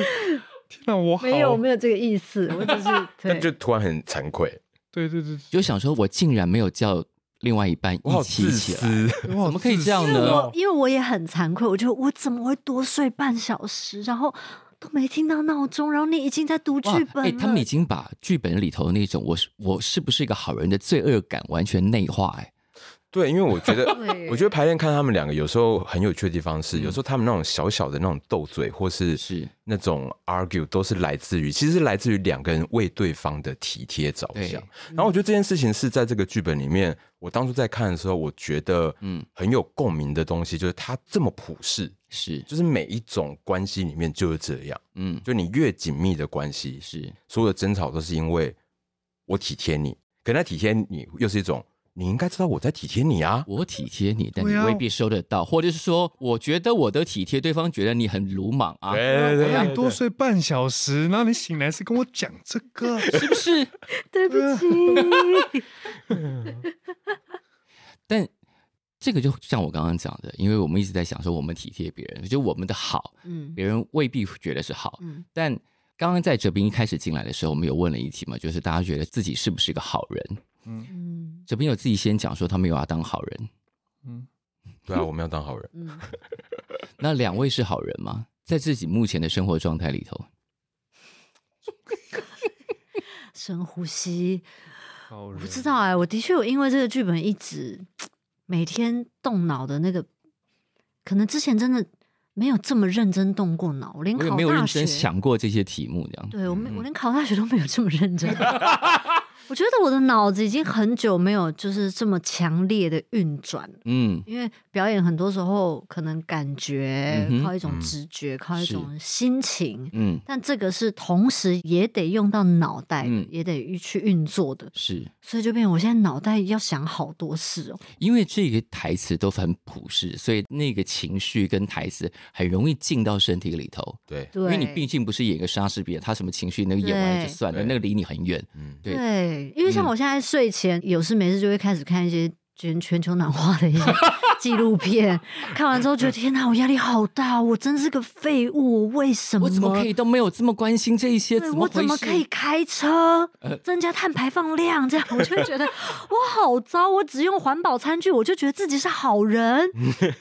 天哪，我好没有，没有这个意思，我只是但就对，突然很惭愧，对对对，对就想说我竟然没有叫另外一半我好一起自起来，私。我好怎么可以自私这样呢哦我因为我也很惭愧，我觉得我怎么会多睡半小时，然后都没听到闹钟，然后你已经在读剧本了。他们已经把剧本里头那种我是我是不是一个好人的罪恶感完全内化、哎，对，因为我觉得，对我觉得排练看他们两个有时候很有趣的地方是，有时候他们那种小小的那种斗嘴，或是嗯是那种 argue，都是来自于其实是来自于两个人为对方的体贴着对嗯想。然后我觉得这件事情是在这个剧本里面，我当初在看的时候，我觉得嗯嗯很有共鸣的东西，就是它这么普世，是就是每一种关系里面就是这样，嗯就你越紧密的关系，是所有的争吵都是因为我体贴你，可那体贴你又是一种你应该知道我在体贴你啊，我体贴你，但你对啊未必收得到，或者是说我觉得我的体贴，对方觉得你很鲁莽啊，对我让你多睡半小时，然后你醒来是跟我讲这 个，是不是？对不啊 起，但这个就像我刚刚讲的，因为我们一直在想说我们体贴别人，就我们的好，嗯别人未必觉得是好。嗯但刚刚在哲斌一开始进来的时候，我们有问了一题嘛，就是大家觉得自己是不是一个好人？嗯哲斌有自己先讲说他没有要当好人，嗯，对啊，我们要当好人。嗯，那两位是好人吗？在自己目前的生活状态里头，深呼吸。我我不知道哎、我的确有因为这个剧本一直每天动脑的那个，可能之前真的没有这么认真动过脑，我连我考有大没学有认真想过这些题目？这样，对我没，我连考大学都没有这么认真。 我觉得我的脑子已经很久没有就是这么强烈的运转了，嗯，因为表演很多时候可能感觉、嗯哼靠一种嗯直觉，靠一是种心情，嗯，但这个是同时也得用到脑袋的，嗯也得去运作的，是所以就变成我现在脑袋要想好多事哦。因为这个台词都很普世，所以那个情绪跟台词很容易进到身体里头。对，对，因为你毕竟不是演一个莎士比亚，他什么情绪那个演完就算了，对那个离你很远。嗯，对嗯对，因为像我现在睡前、有事没事就会开始看一些全全球暖化的一些 纪录片，看完之后觉得天哪，我压力好大，我真是个废物，我为什么？我怎么可以都没有这么关心这一些？对怎么我回怎事？么可以开车呃增加碳排放量？这样我就会觉 得我好糟，我只用环保餐具，我就觉得自己是 好人，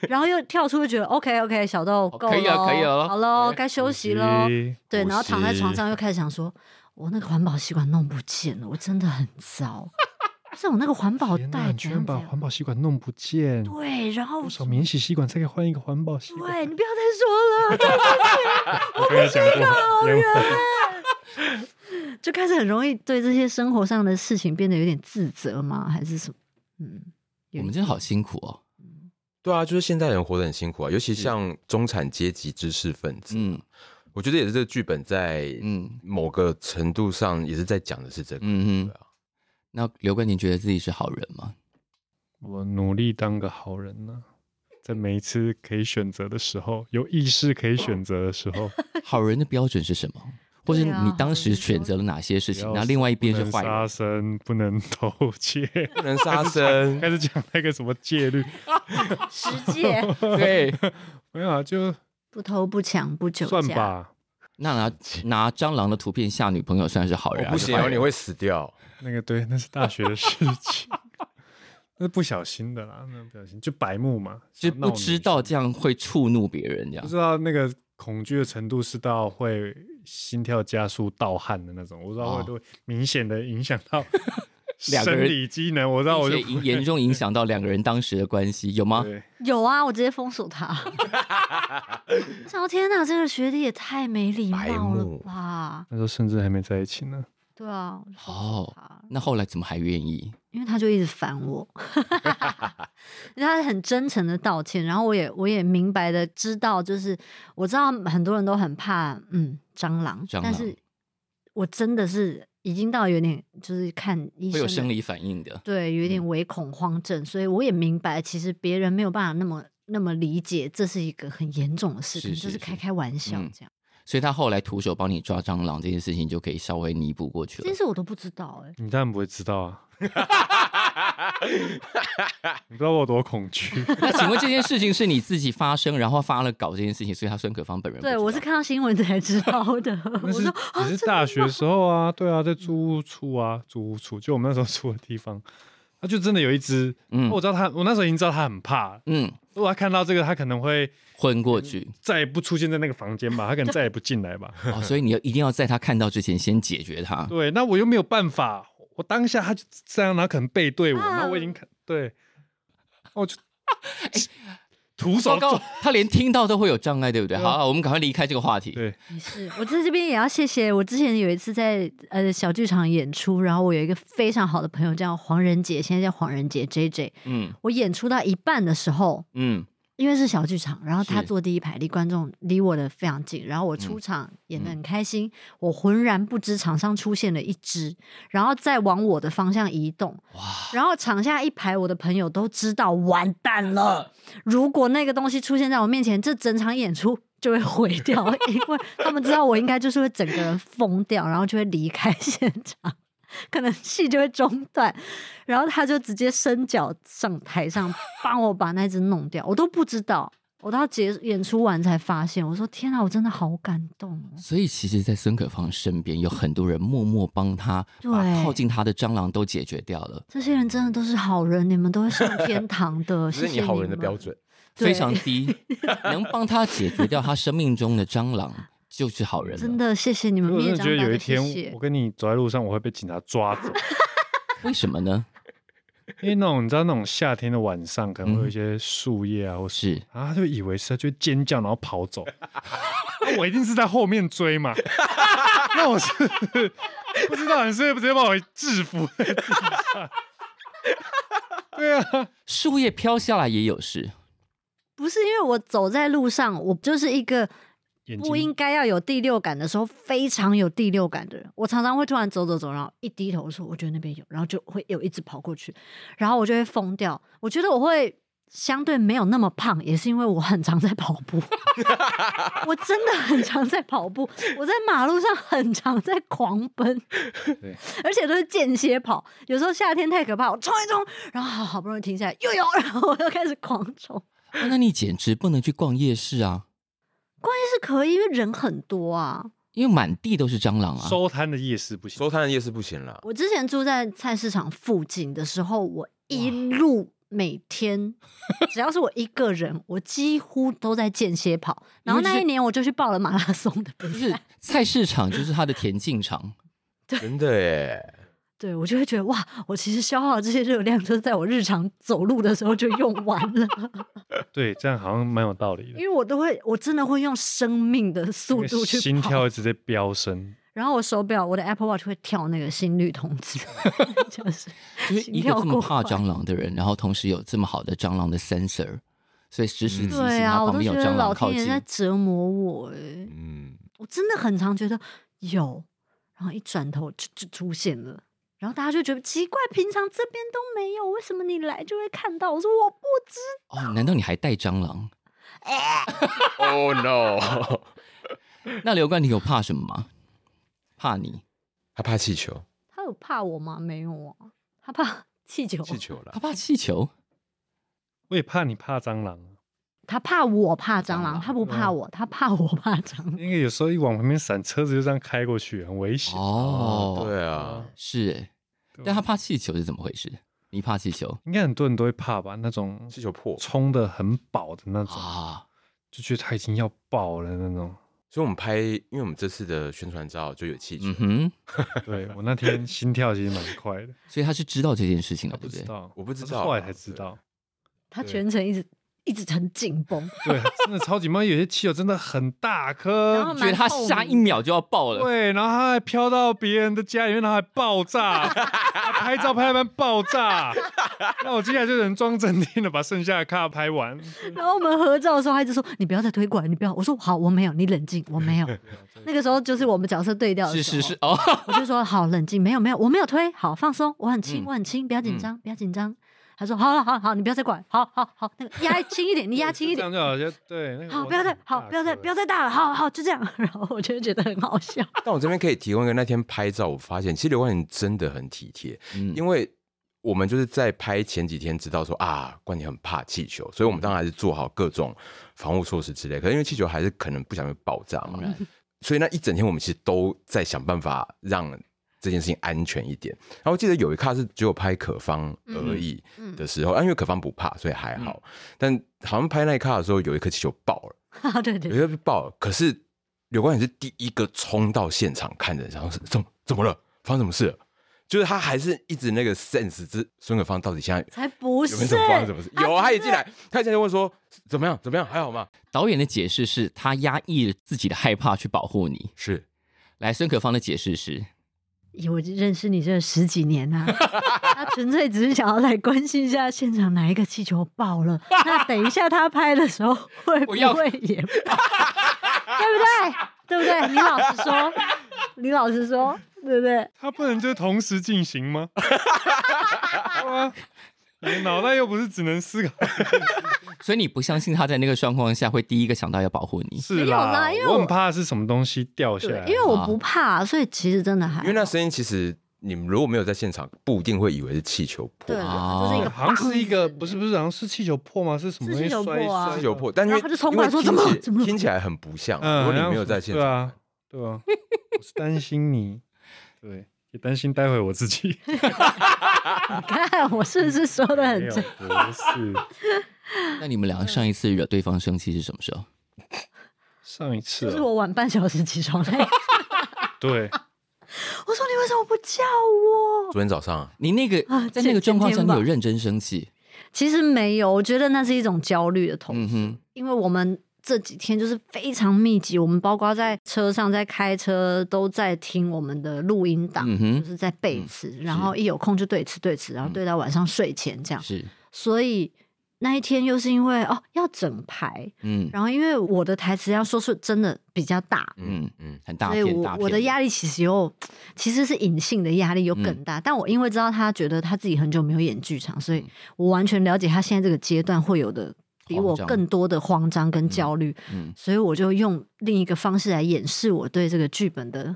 然后又跳出就觉得 OK OK，小豆哦够可以了咯可以了好喽，该休息哦喽。对，呼然后躺在床吸上又开始想说，我那个环保吸管弄不见了，我真的很糟。是我那个环保天哪，袋你怎居样然怎把样？环保吸管弄不见，对，然后多少免洗吸管才可以换一个环保吸管？对你不要再说了， 对我跟你讲过，连我就开始很容易对这些生活上的事情变得有点自责吗？还是什么？嗯，有我们一真的好点辛苦哦。对啊，就是现代人活得很辛苦啊，尤其是像中产阶级知识分子，嗯我觉得也是这个剧本在嗯某个程度上也是在讲的是这个。嗯嗯对啊。那刘冠廷觉得自己是好人吗？我努力当个好人呢、在每一次可以选择的时候，有意识可以选择的时候，好人的标准是什 么？或者对啊你当时选择了哪些事不情？要然后另外一 边是坏不能杀人，生，不能偷窃， 不能杀生，开始讲那个什么 戒律，实践， 对，没有啊，就不偷不抢不酒算驾，吧。 那拿拿蟑螂的图片吓女朋友算是好我人、啊？不行是哦，坏你人会死掉。那个对，那是大学的事 情，那是不小心的啦，那不小心就白目嘛，就想闹不女知道生这样会触怒别人，这不样知道那个恐惧的程度是到会心跳加速盗汗的那种，我知道哦会对明显的影响到 两个生人理机能，我知道我就并 且严重影响到两个人当时的关系，有吗？对有啊，我直接封 锁他。我想说，天哪，这个学弟也太没礼白貌了目吧？那时候甚至还没在一起呢，对啊，我就封锁哦他，那后来怎么还愿意？因为他就一直烦我， 他很真诚的道歉，然后我也我也明白的知道，就是我知道很多人都很怕嗯蟑螂，蟑但螂是我真的是已经到有点就是看医会生有的生理嗯反应的。对，有一点微恐慌症，所以我也明白，其实别人没有办法那么那么理解，这是一个很严重的事，是情，是就是是开开玩笑嗯这样。所以他后来徒手帮你抓蟑螂这件事情，就可以稍微弥补过去这了件。事我都不知道哎、你当然不会知道啊， 你不知道我有多恐 惧，那请问这件事情是你自己发生，然后发了稿这件事情，所以他孙可芳本人不对知道我是看到新闻才知道 的。那我是说啊，也是大学时候啊，对啊，在租屋处啊，租屋处就我们那时候住的地方，那就真的有一只，嗯我知道它，我那时候已经知道它很怕了，嗯如果它看到这个，它可能会昏过去再也不出现在那个房间 吧，它可能再也不进来吧。嗯哦，所以你要一定要在他看到之前先解决 他。对，那我又没有办法，我当下他就这样，然后可能背对我，啊那、我已经看对，哦， 就哎徒手糟糕，他连听到都会有障碍，对不对？对啊好、我们赶快离开这个话题。对，没事，我在这边也要谢谢。我之前有一次在呃小剧场演出，然后我有一个非常好的朋友叫黄仁杰，现在叫黄仁杰 J J。嗯我演出到一半的时候，嗯因为是小剧场，然后他是坐第一排，离观众离我的非常近，然后我出场演的很开心，我浑然不知场上出现了一只，然后再往我的方向移动，然后场下一排我的朋友都知道完蛋了，如果那个东西出现在我面前，这整场演出。就会毁掉， 因为他们知道我应该就是会整个人疯掉，然后就会离开 现场，可能戏就会中断。然后他就直接伸脚上台上帮我把那只弄掉，我都不知道，我到结演出完才发现，我说天啊，我真的好感动哦！所以其实，在孙可芳身边有很多人默默帮他把对靠近他的蟑螂都解决掉了，这些人真的都是好人，你们都会上天堂的， 谢这是谢你好人的们标。准。对非常低，能帮他解决掉他生命中的蟑螂就是好人了。哦真的谢谢你们我真灭的蟑觉得螂有一的谢天谢我。跟你走在路上，我会被警察抓走，为什么呢？因为那种你知道那种夏天的晚上，可能会有一嗯些树叶啊，或是然后他就以为是，他就尖叫，然后跑走。那我一定是在后面追嘛？ 那我是不知道，你是不是直接把我制服在地上？对啊，树叶飘下来也有事，不是因为我走在路上，我就是一个眼不睛应该要有第六感的时候非常有第六感的人。我常常会突然走走走，然后一低头说我觉得那边有，然后就会有一直跑过去，然后我就会疯掉。我觉得我会相对没有那么胖，也是因为我很常在跑步。 我真的很常在跑步，我在马路上很常在狂奔对， 而且都是间歇跑。有时候夏天太可怕，我冲一冲，然后好好不容易停下来，又有，然后我又开始狂冲。啊那你简直不能去逛夜市啊，但是可以，因为人很多啊。因为满地都是蟑螂啊。收摊的夜市不行收，摊的夜市不行了，我之前住在菜市场附近的时候，我一路每天只要是我一个人，我几乎都在间歇跑。然后因为就那是一年我就去报了马拉松的比就赛，是菜市场，就是他的田径场。真的耶！对我就会觉得哇，我其实消耗的这些热量就是在我日常走路的时候就用完了， 对，这样好像蛮有道理因的。为我都会，我真的会用生命的因速为度去跑，心跳一直在飙升，然后我手表我的 Apple Watch 会跳那个心率 通知，就是就是一心个跳这么过怕快。蟑螂的人，然后同时有这么好的蟑螂的 sensor，所以时时提醒对啊，他我旁都边有觉蟑得螂老靠天爷近。在折磨我哎、嗯，我真的很常觉得有，然后一转头就就出现了，然后大家就觉得奇怪，平常这边都没有，为什么你来就会看到？我说我不知，哦，难道你还带蟑螂？ Oh no！那刘冠，你有怕什么吗？怕你， 他怕气球，他有怕我吗？没有啊，他怕 气球，气球啦他。怕气球。我也怕你怕蟑螂。啊他怕我怕蟑蟑螂螂，他不怕嗯我，他怕我怕蟑螂。因为有时候一往旁边闪，车子就这样开过去，很危险。啊哦，，对啊，是，但他怕气球是怎么回事？你怕气球应该很多人都会怕吧？那种气球破，冲的很饱的那种，啊？就觉得它已经要爆了那 种。所以我们拍，因为我们这次的宣传照就有气球嗯。哼，对我那天心跳其实蛮快的，所以他是知道这件事情的，不对不知对？道，我不知他是道后来啊才知对道。他对全程一直一直很紧绷，对，真的超级慢，有些气球真的很大然后 颗，觉得他下一秒就要爆了，对，然后它还飘到别人的家里面，然后还爆炸，它拍照拍到一半爆炸。那我接下来就人装镇定的把剩下的卡拍完。然后我们合照的时候，他一直说你不要再推过来，你不要。我说好，我没有，你冷静，我没有。那个时候就是我们角色对调是的时候，是是，哦，我就说好，冷静，没有没有，我没有推，好放松，我很嗯轻，我很轻，不要紧嗯张，不要紧张。他说好好好好，你不要再管，好好好，那个压轻一点，你压轻一这样，点就好像对，那个好，我不要再很好，大不要再颗不要再大了，好好就这样。 然后我就觉得很好笑，但我这边可以提供一个那天拍照，我发现其实刘冠廷真的很体贴，嗯因为我们就是在拍前几天知道说啊，冠廷很怕气球，所以我们当然还是做好各种防护措施之类。可是因为气球还是可能不小心爆炸嘛当，然，所以那一整天我们其实都在想办法让这件事情安全一点。然后我记得有一卡是只有拍可芳而已嗯嗯的时候，啊，因为可芳不怕，所以还好。但好像拍那一卡的时候，有一颗气球爆 了，对有对一，颗被爆了。可是刘冠宇是第一个冲到现场看的，然后是怎么怎么了？发生什么事了？就是他还是一直那个 sense，这孙可芳到底现在才不有是没有什么方怎么是？有啊，他一进来，他一进来就问说怎么样怎么样，还好吗？导演的解释是他压抑自己的害怕去保护你。是，来，孙可芳的解释是，咦我认识你这十几年啊，他纯粹只是想要来关心一下现场哪一个气球爆了，那等一下他拍的时候会不我会要也爆？对不对？对不对？你老实说，你老实说，对不对？他不能就同时进行 吗？对啊你的脑袋又不是只能思考，所以你不相信他在那个状况下会第一个想到要保护你。是没有啦因为我我很怕是什啊么东西掉下对来，，因为我不怕，所以其实真的还因为那声音其实你们如果没有在现场，不一定会以为是气球破对，啦，哦就是一个好像是一个砰不是不是，好像是气球破吗？是什么东西是气球摔破啊摔气球破，但因然为后他就冲过来说怎么了因为听起怎么了听起来很不像，嗯，如果你然后没有在现对场，啊，对啊，我是担心你，对，也担心待会我自己。 你看我是不是说的没很有真？不是那你们俩上一次惹对方生气是什么时候？上一次就啊、是我晚半小时起床来，我对，说你为什么不叫我？昨天早上你那个啊在那个状况下，前天你吧有认真生气？其实没有，我觉得那是一种焦虑的同嗯时，哼，因为我们这几天就是非常密集，我们包括在车上、在开车都在听我们的录音档，嗯哼就是在背嗯词，然后一有空就对词对词，然后对到晚上睡前这样。是，所以那一天又是因为哦要整排，嗯然后因为我的台词要说是真的比较大，嗯嗯嗯嗯，很大所以片我大片。我的压力其实有，其实是隐性的压力有嗯更大。但我因为知道他觉得他自己很久没有演剧场，所以嗯我完全了解他现在这个阶段会有的比我慌张更多的慌张跟焦虑，嗯所以我就用另一个方式来掩饰我对这个剧本的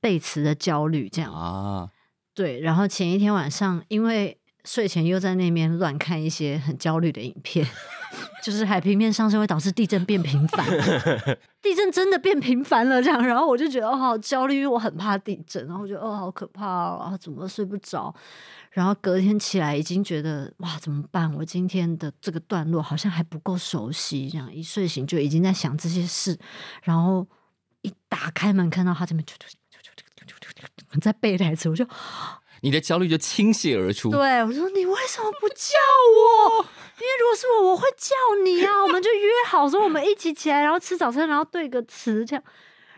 背词的焦虑。这样、啊，对，然后前一天晚上因为。睡前又在那边乱看一些很焦虑的影片， 就是海平面上升会导致地震变频繁， 地震真的变频繁了，这样，然后我就觉得哦，好焦虑，因为我很怕地震，然后我觉得哦，好可怕哦，然后怎么睡不着，然后隔天起来已经觉得哇，怎么办？我今天的这个段落好像还不够熟悉，这样一睡醒就已经在想这些事，然后一打开门看到他这边在背台词，我就你的焦虑就倾泻而出。对我说：“你为什么不叫我？因为如果是我，我会叫你啊！ 我们就约好说我们一起起来，然后吃早餐，然后对个词这样。”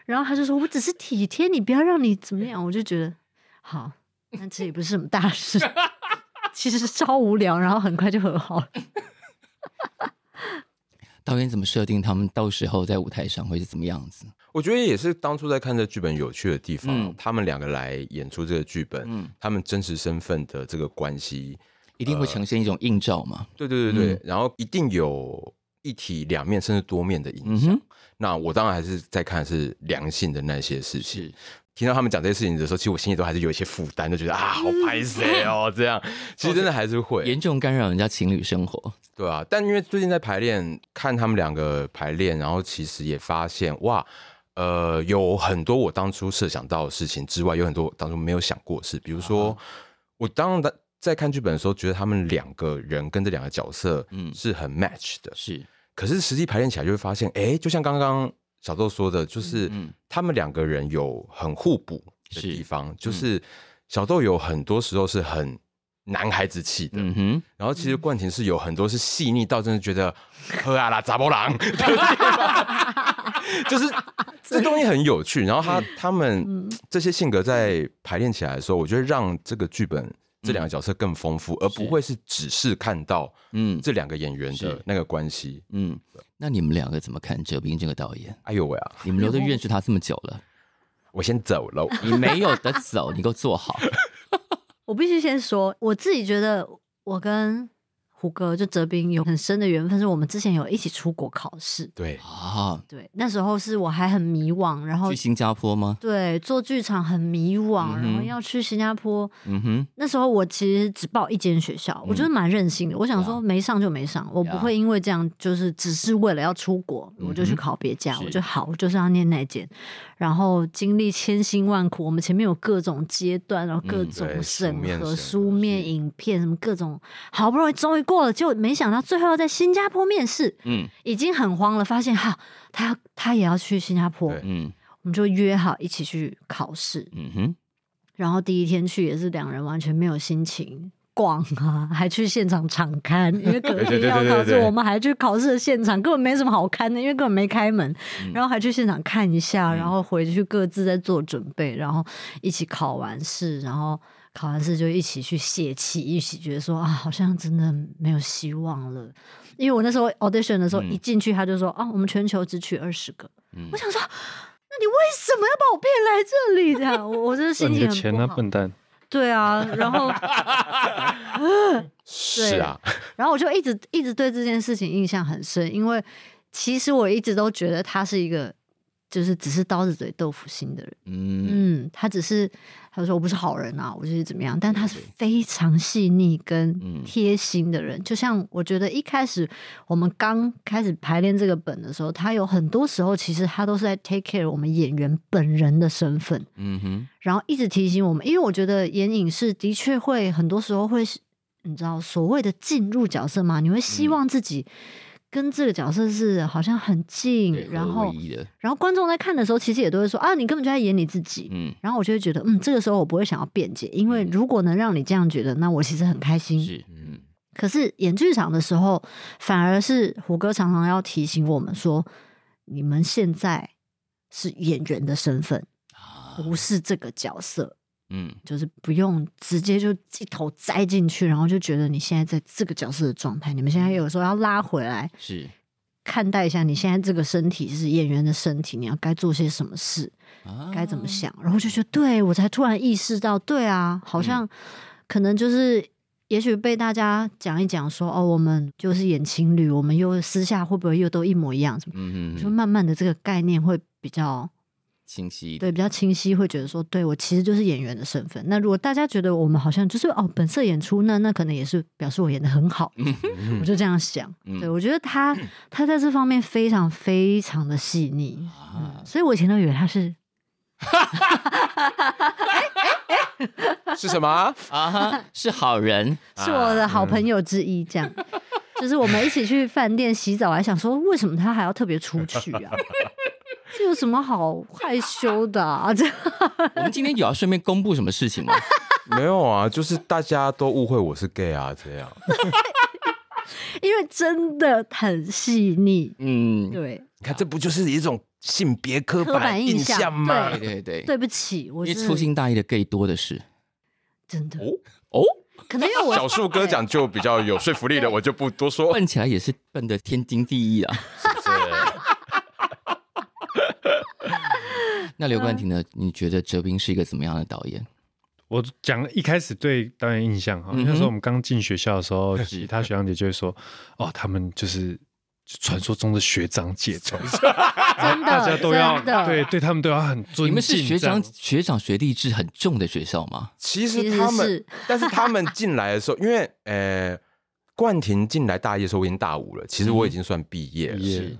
然后他就说：“我只是体贴你，不要让你怎么样。”我就觉得好，但这也不是什么大事，其实是超无聊，然后很快就和好了。导演怎么设定他们到时候在舞台上会是怎么样子？我觉得也是当初在看这剧本有趣的地方，哦嗯他们两个来演出这个剧本，嗯他们真实身份的这个关系，一定会呈现一种映照嘛？对对对对，嗯然后一定有一体两面甚至多面的影嗯响。哼，那我当然还是在看是良性的那些事情。是听到他们讲这些事情的时候，其实我心里都还是有一些负担，就觉得啊，好 拍谁哦，这样其实真的还是会严重干扰人家情侣生活。对啊，但因为最近在排练，看他们两个排练，然后其实也发现哇，呃，有很多我当初设想到的事情之外，有很多我当初没有想过的事。比如啊说，我当然在在看剧本的时候，觉得他们两个人跟这两个角色，嗯嗯，是很 match 的。是，可是实际排练起来，就会发现，哎，就像刚刚小豆说的，就是嗯他们两个人有很互补的是嗯地方，就是小豆有很多时候是很男孩子气的，嗯哼，然后其实冠廷是有很多是细腻到真的觉得喝啊啦杂波郎， 就是这东西很有趣。然后他他们这些性格在排练起来的时候，我觉得让这个剧本这两个角色更丰富，而不会是只是看到嗯这两个演员的是那个关系。嗯。那你们两个怎么看哲斌这个导 演？哎呦喂啊！你们都认识他这么久 了，我先走喽。你没有得走，你给我坐 好。我必须先说，我自己觉得我跟胡歌就哲斌有很深的缘分，是我们之前有一起出国考试。对，啊，对，那时候是我还很迷惘，然后去新加坡吗？对，做剧场很迷惘，然嗯后哼要去新加坡。嗯哼，那时候我其实只报一间学校，我觉得蛮任性的。我想说没上就没上，我不呀会因为这样就是只是为了要出国，我就去嗯哼考别家。我是就好，我就是要念那间。然后经历千辛万苦，我们前面有各种阶段，然后各嗯种对审书面审核、核书面是影片什么各种，好不容易终于过了，结果没想到最后要在新加坡面试，嗯已经很慌了，发现哈，他要他也要去新加坡。对嗯我们就约好一起去考试。嗯哼，然后第一天去也是两人完全没有心情逛啊， 还去现场场刊，因 为隔对天对对要对考对试，对我们还去考试的现场，根本没什么好看的，因为根本没开门，嗯然后还去现场看一下，然后回去各自在做准备，然后一起考完试，然后。考完试就一起去泄气，一起觉得说啊，好像真的没有希望了。因为我那时候 audition 的时候，嗯一进去他就说啊，我们全球只取二十个，嗯我想说，那你为什么要把我骗来这里？这样，我我真的赚心你的情很钱不啊，好笨蛋！对啊，然后是啊，然后我就一直一直对这件事情印象很深，因为其实我一直都觉得他是一个就是只是刀子嘴豆腐心的人。嗯，嗯，他只是他说我不是好人啊，我就是怎么样，但他是非常细腻跟嗯贴心的人。就像我觉得一开始我们刚开始排练这个本的时候，他有很多时候其实他都是在 take care 我们演员本人的身份，嗯哼，然后一直提醒我们，因为我觉得演影视的确会很多时候会是，你知道所谓的进入角色嘛，你会希嗯望自己跟这个角色是好像很近，对嗯然合为后一的，然后观众在看的时候，其实也都会说啊，你根本就在演你自己。嗯，然后我就会觉得，嗯，这个时候我不会想要辩解，因为嗯如果能让你这样觉得，那我其实很开心。是，嗯可是演剧场的时候，反而是胡歌常常要提醒我们说，你们现在是演员的身份，啊，不是这个角色，嗯就是不用直接就一头栽进去，然后就觉得你现在在这个角色的状态。你们现嗯在有时候要拉回来，是看待一下你现在这个身体是演员的身体，你要该做些什么事。啊，该怎么想，然后就觉得，对我才突然意识到，对啊，嗯好像可能就是，也许被大家讲一讲说，哦，我们就是演情侣，我们又私下会不会又都一模一样？什么？嗯，嗯就嗯，慢慢的这个概念会比较清晰一对点，比较清晰，会觉得说，对我其实就是演员的身份。那如果大家觉得我们好像就是哦本色演出，那那可能也是表示我演的很好，我就这样想。嗯对我觉得他他在这方面非常非常的细腻，嗯啊，所以我以前都以为他是是什么？啊哈，是好 人，是我的好朋友之一，这样。 就是我们一起去饭店洗澡，我还想说为什么他还要特别出去啊？这有什么好害羞的啊？这样我们今天有要顺便公布什么事情吗？没有啊，就是大家都误会我是 gay 啊，这样。因为真的很细腻，嗯，对，你看，这不就是一种性别刻刻板板印印象象吗对？对对，对不起，我因为真的粗心大意的 gay 多的 是真的，哦，可能因为我 小树哥讲就比较有说服力的，我就不多 说。笨起来也是笨的天经地义啊。嗯那刘冠廷呢？你觉得哲斌是一个怎么样的导演？我讲一开始对导演印象哈，嗯哼那时候我们刚进学校的时候， 其他学长姐就会说，哦，他们就是传说中的学长姐，真的啊大家都要真的对对他们都要很尊敬。你们是学长这样学长学弟制很重的学校吗？其其实实他是们，但是 他们进来的时候，因为呃，冠廷进来大一的时候我已经大五了，其实我已经算毕业了。毕业是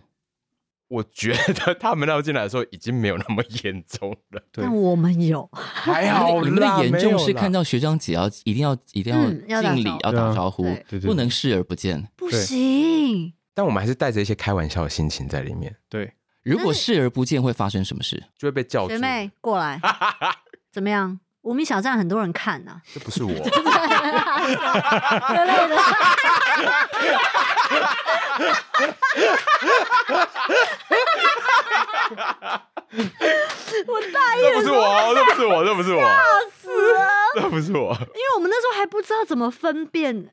我觉得他们那时候进来的时候已经没有那么严重 了，对但我们有，还哎你们的严重是看到学长姐要一定要一定嗯要打敬礼招，呼要打招呼对啊对对，对不能视而不见。不对行，但我们还是带着一些开玩笑的心情在里面，对，如果视而不见，会发生什么事？就会被叫住学。妹过来，怎么样？无名小站很多人看啊呐、 这不是我，之类的。 我大意这不是我哦，这不是我，这不是我，死了，这不是我。因为我们那时候还不知道怎么分辨，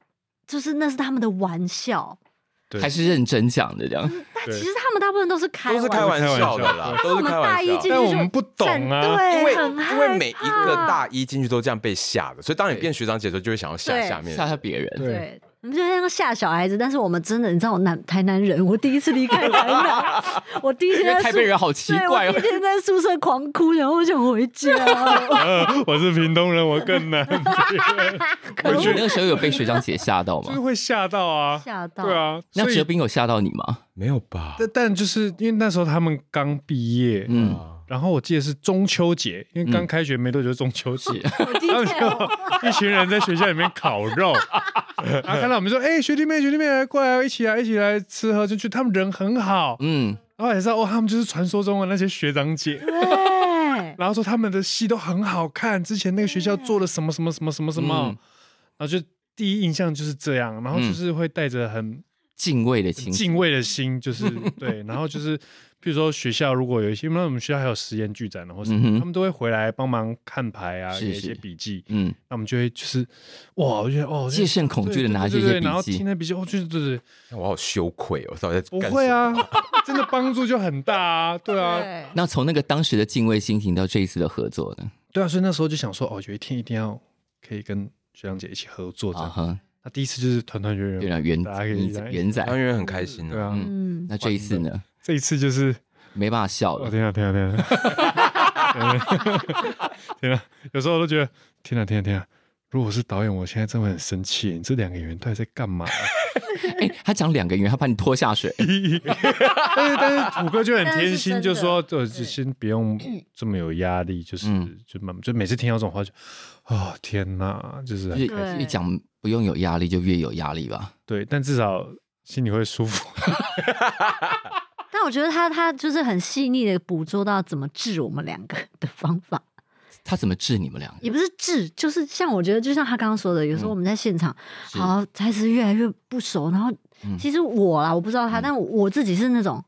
就是那是他们的玩笑，对还是认真讲的这样？但对其实他们大部分都是开都是开玩笑的啦，我都是们开大玩一笑进去。但我们就不懂啊，对，因为哎很害怕因为每一个大一进去都这样被吓的，所以当你变学长姐的时候，就会想要吓对下面吓吓别人。对对。我们就像吓小孩子，但是我们真的，你知道我南台南人，我第一次离开台南，我第一因天为在台宿北人好奇对怪我哦第一。天在宿舍狂哭，然后我想回家，呃 我是屏东人，我 更难，我觉得那个时候有被学长姐吓到就是 吗？会吓到啊，吓到。对啊，那所以哲斌有吓到你吗？没有吧？但但就是因为那时候他们刚毕业，嗯，啊然后我记得是中秋节，因为刚开学没多久就中秋嗯 节，我第一他们天就一群人在学校里面烤 肉，然后看到我们说：“哎、学弟妹，学弟妹，来过来，一起来，一起来吃喝。”就去，他们人很好，嗯，然后也知道哦，他们就是传说中的那些学长姐，对，然后说他们的戏都很好看，之前那个学校做了什么什么什么什么什么，嗯然后就第一印象就是这样，然后就嗯是会带着很敬畏的情绪，敬畏的心，就是 对，然后就是比如说学校如果有一些，因为我们学校还有实验剧展，然后啊什么嗯哼他们都会回来帮忙看牌啊，是写一是些笔记，嗯，那我们就会就是哇，我就觉得哦，戒慎恐惧的拿这这些笔然后记听，那笔记，哦，就是对对，我好羞愧哦，我到底在不干会什么？啊，真的帮助就很大啊， 对啊，对，那从那个当时的敬畏心情到这一次的合作呢？对啊，所以那时候就想说，哦，有一天一定要可以跟学长姐一起合作这啊样。哈，那第一次就是团团圆对了，啊圆，元大家可以来元当仔，然很开心对啊，啊。嗯嗯，那这一次呢，这一次就是，没办法笑哦了，天啊天啊天啊，天啊！有时候我都觉得，天啊天啊天啊！如果我是导演，我现在真的会很生气。你这两个演员到底在干嘛、 哎，他讲两个月，他把你拖下 水，但是但是虎哥就很但是贴是心，真就的说就对就先不用这么有压力，就是、嗯就慢慢就每次听到这种话就，哦天哪，就是就很是对越讲不用有压力就越有压力吧。对，但至少心里会舒服。但我觉得他他就是很细腻的捕捉到怎么治我们两个的方 法，他怎么治你们两个？也不是治，就是像我觉得，就像他刚刚说的，有时候我们在现场，嗯是啊好台词越来越不熟，然后嗯其实我啦，我不知道他，嗯但我自己是那种，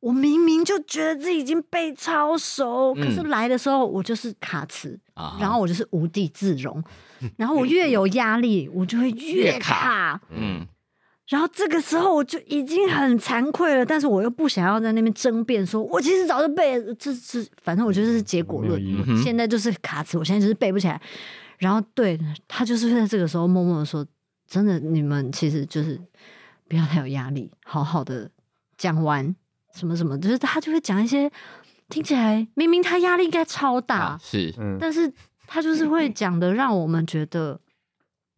我明明就觉得自己已经背超熟，可是嗯来的时候我就是卡词，啊哈然后我就是无地自 容，然后我越有压力，我就会越越卡卡，嗯，然后这个时候我就已经很惭愧了，但是我又不想要在那边争辩说，我其实早就背了，这是反正我觉得是结果没有论疑问。嗯哼现在就是卡词，我现在就是背不起来。然后对他就是在这个时候默默的说：“真的，你们其实就是不要太有压力，好好的讲完什么什么。”就是他就会讲一些听起来明明他压力应该超大，啊是嗯，但是他就是嗯会讲的，让我们觉得，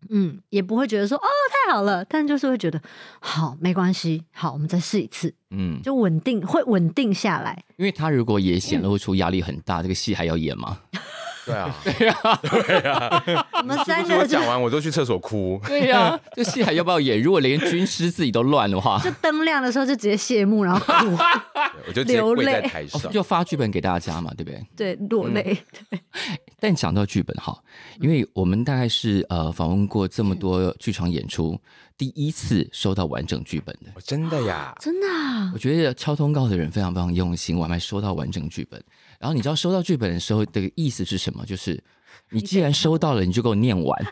嗯，也不会觉得说哦太好了，但就是会觉得好没关系，好我们再试一次，嗯，就稳定会稳定下来。因为他如果也显露出压力很大，这个戏还要演吗？对啊， 我们是三不是我个就讲完我都去厕所哭？对呀， 这戏还要不要演？如果连军师自己都乱的话就，灯亮的时候就直接谢幕，然 后哭，对我就直接流跪在泪台上哦，就发剧本给大家嘛，对不对？对，落泪。嗯但讲到剧本哈，因为我们大概是呃访问过这么多剧场演出，第一次收到完整剧本的。哦真的 呀， 真的啊我觉得敲通告的人非常非常用心，我还收到完整剧本。然后你知道收到剧本的时候的意思是什么？就是你既然收到了，你就给我念 完。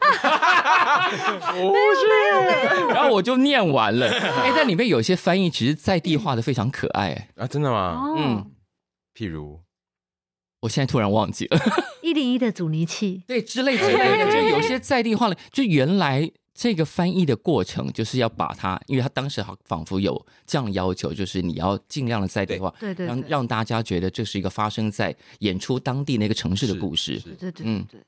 不是，然后我就念完了。哎，但里面有些翻译其实在地化的非常可爱。哎啊，真的吗？哦嗯，譬如，我现在突然忘记了，一零一的阻尼器，对之类之类的，就有些在地化的，就原来这个翻译的过程就是要把它，因为他当时好仿佛有这样的要求，就是你要尽量的在地化，对对让对让大家觉得这是一个发生在演出当地那个城市的故事，是对对对嗯对，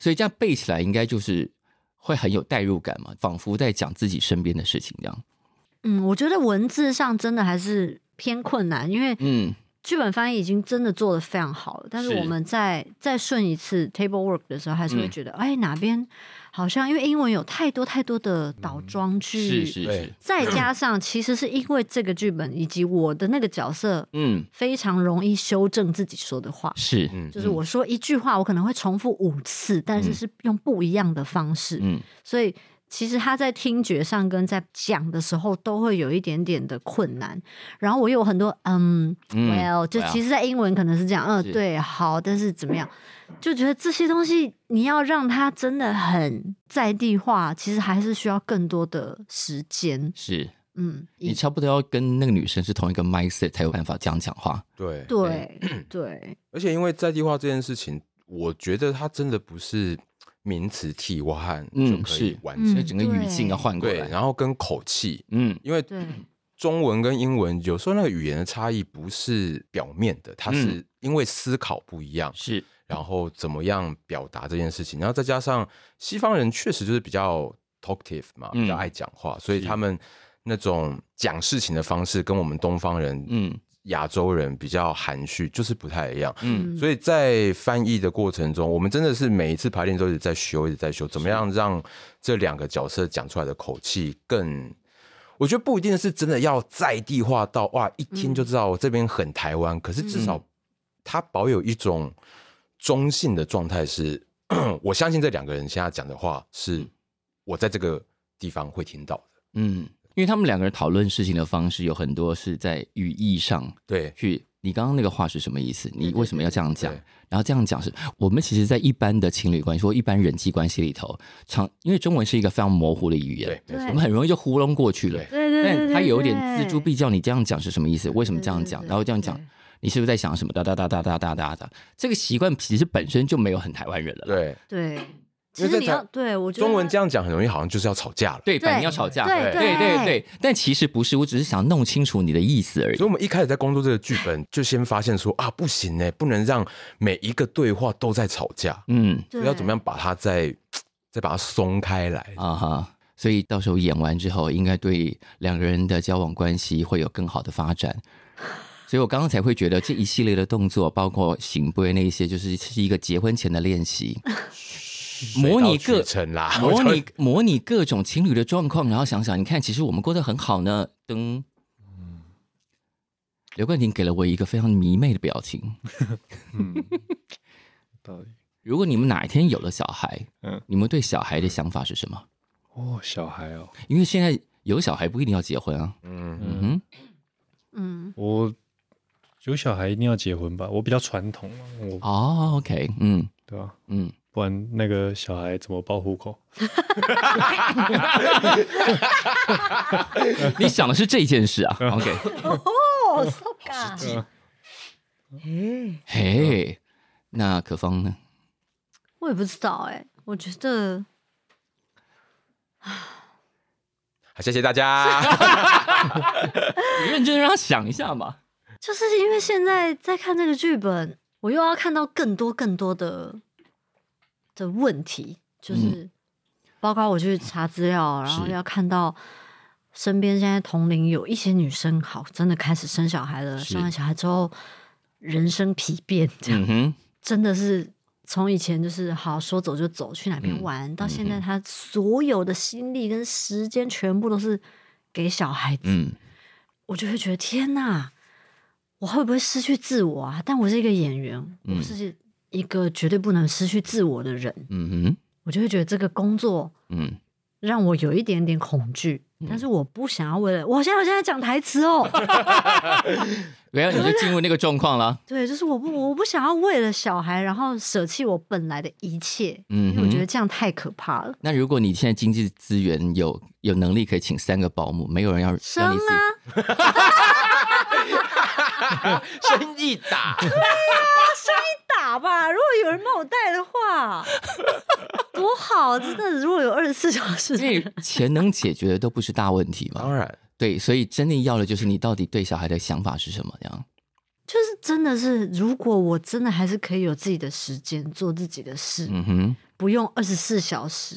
所以这样背起来应该就是会很有代入感嘛，仿佛在讲自己身边的事情这样。嗯，我觉得文字上真的还是偏困难，因为嗯，剧本翻译已经真的做的非常好了，但是是我们再再顺一次 table work 的时候，还是会嗯觉得，哎，哪边好像因为英文有太多太多的倒装嗯是句，是对是， 再加上其实是因为这个剧本以及我的那个角色嗯非常容易修正自己说的话，是，嗯就是我说一句话，我可能会重复五次，但是嗯是用不一样的方式，嗯所以其实他在听觉上跟在讲的时候都会有一点点的困难。然后我有很多嗯嗯，well，就对啊其实，在英文可能是这样，嗯，是对，好，但是怎么样，就觉得这些东西你要让它真的很在地化，其实还是需要更多的时间。是，嗯，以你差不多要跟那个女生是同一个 mindset 才有办法这样讲话。对，对 对，而且因为在地化这件事情，我觉得它真的不是名词替换就嗯可以是完嗯成所以，整个语境要换过对，来。然后跟口气，嗯，因为对中文跟英文有时候那个语言的差异不是表面的，它是因为思考不一样，嗯是然后怎么样表达这件事情，然后再加上西方人确实就是比较 talkative 嘛，嗯比较爱讲话，所以他们那种讲事情的方式跟我们东方人、嗯亚洲人比较含蓄，就是不太一样。嗯所以在翻译的过程中，我们真的是每一次排练都一直在修，一直在修，怎么样让这两个角色讲出来的口气更。我觉得不一定是真的要在地化到哇，一听就知道我这边很台湾，可是至少它保有一种中性的状态是， 我相信这两个人现在讲的话是我在这个地方会听到的。嗯，因为他们两个人讨论事情的方式有很多是在语义上对，去。你刚刚那个话是什么意思？你为什么要这样讲对对？然后这样讲是我们其实，在一般的情侣关系或一般人际关系里头，常因为中文是一个非常模糊的语言对，，没我错们，很容易就糊弄过去了对。对对对但对，他有点对锱铢必较，你这样讲是什么意思？为什么这样讲？对对对然后这样讲对，你是不是在想什么？哒哒哒哒哒哒哒哒。这个习惯其实本身就没有很台湾人了啦。对。对，因其为实在你台要对我觉得中文这样讲很容易，好像就是要吵架了。对，对本要吵架，对对对对对。但其实不是，我只是想弄清楚你的意思而已所以，。我们一开始在工作这个剧本，就先发现说啊，不行呢、不能让每一个对话都在吵架，嗯所对以要怎么样把它再再把它松开来？啊哈，所以到时候演完之后，应该对两个人的交往关系会有更好的发 展。所以我刚刚才会觉得这一系列的动作，包括行不那一些，就是是一个结婚前的练习。模拟水到各渠成啦， 模我就拟模拟各种情侣的状况，然后想想，你看，其实我们过得很好呢。噔，嗯刘冠廷给了我一个非常迷妹的表情。嗯，道理如果你们哪一天有了小孩，嗯你们对小孩的想法是什么？哦，小孩哦，因为现在有小孩不一定要结婚啊。 嗯，嗯哼，嗯，我有小孩一定要结婚吧？我比较传统嘛，我哦，OK，嗯对吧、嗯，不然那个小孩怎么报户口？你想的是这件事 嗯啊？OK，哦，so g 嘿，那可芳呢？我也不知道哎，我觉得好谢谢 大家。你认真让他想一下嘛。就是因为现在在看这个剧本，我又要看到更多更多的的问题，就是包括我去查资料，然后嗯是要看到身边现在同龄有一些女生，好，真的开始生小孩了，是生完小孩之后人生疲变，这样、嗯哼， 真的是。从以前就是好说走就走，去哪边嗯玩，到现嗯在他所有的心力跟时间全部都是给小孩子，嗯我就会觉得天呐，我会不会失去自我啊？但我是一个演员，嗯我是一个绝对不能失去自我的人，嗯哼，我就会觉得这个工作嗯，让我有一点点恐惧。但是我不想要为了，我现在我现在讲台 词哦，然后你就进入那个状况了。对，就是我不我不想要为了小孩，然后舍弃我本来的一切，嗯哼因为我觉得这样太可怕了。那如果你现在经济资源有有能力可以请三个保姆，没有人要生让你自己，啊，生意打，打吧！如果有人帮我带的 话，多好！啊真的，如果有二十四小时的因人，为钱能解决的都不是大问题嘛。当然，对，所以真的要的就是你到底对小孩的想法是什么这样。就是真的是，如果我真的还是可以有自己的时间做自己的事，嗯哼，不用二十四小时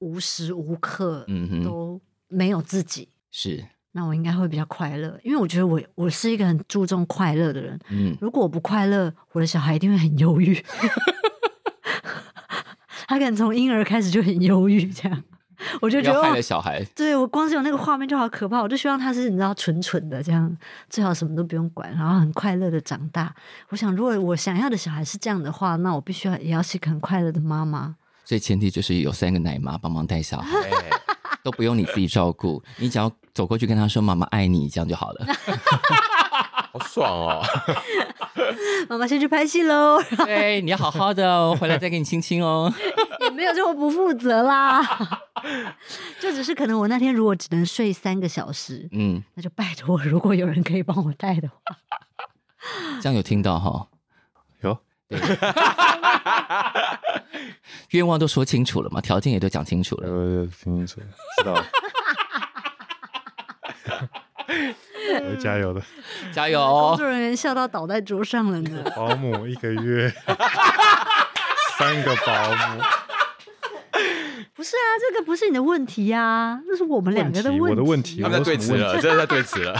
无时无刻嗯哼都没有自己，是，那我应该会比较快乐。因为我觉得我我是一个很注重快乐的人，嗯，如果我不快乐，我的小孩一定会很忧郁。 他可能从婴儿开始就很忧郁，这样我就觉得要害哦了小孩。对我光是有那个画面就好可怕，我就希望他是你知道蠢蠢的这样，最好什么都不用管，然后很快乐的长大。我想，如果我想要的小孩是这样的话，那我必须要也要是一个很快乐的妈妈。所以前提就是有三个奶妈帮忙带小孩，都不用你自己照顾，你只要走过去跟他说“妈妈爱你”，这样就好 了。好爽 哦！妈妈先去拍戏喽，对，你要好好的哦，回来再给你亲亲哦。也没有这么不负责啦。 就只是可能我那天如果只能睡三个小时，嗯，那就拜托，如果有人可以帮我带的话，这样有听到哈？有愿望都说清楚了嘛，条件也都讲清楚了。呃，听清楚，知道了。我会呃加油的，嗯加油工哦！作人员笑到倒在桌上了呢。 保姆一个月，三个保姆，不是啊，这个不是你的问题呀、啊，那是我们两个问题我的问题他们在对词了，真的在对词 了。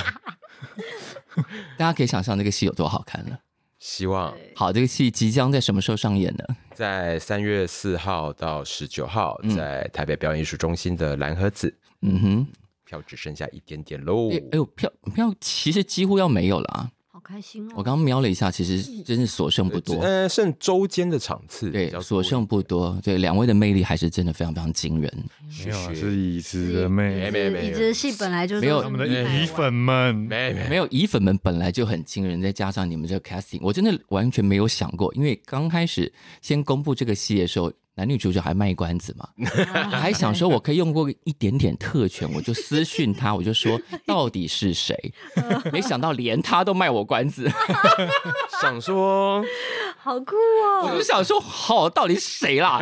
大家可以想象这个戏有多好看了。希望好，这个戏即将在什么时候上演呢？在三月四号到十九号，嗯在台北表演艺术中心的蓝盒子，嗯哼，票只剩下一点点喽哎。哎呦，票票其实几乎要没有了啊。好开心哦！我刚刚瞄了一下，其实真是所剩不多，呃，剩周间的场次比对较，多所剩不多。对，两位的魅力还是真的非常非常惊人。没有啊，谢谢哎是椅子的妹，没没椅子戏本来就是没有他们的很椅粉们，没哎没没有乙粉们本来就很惊人，再加上你们这个 casting，我真的完全没有想过，因为刚开始先公布这个戏的时候，男女主角还卖关子嘛，啊我还想说我可以用过一点点特权，我就私讯他，我就说到底是谁，没想到连他都卖我关子，想说好酷我哦就！想说好，到底是谁啦？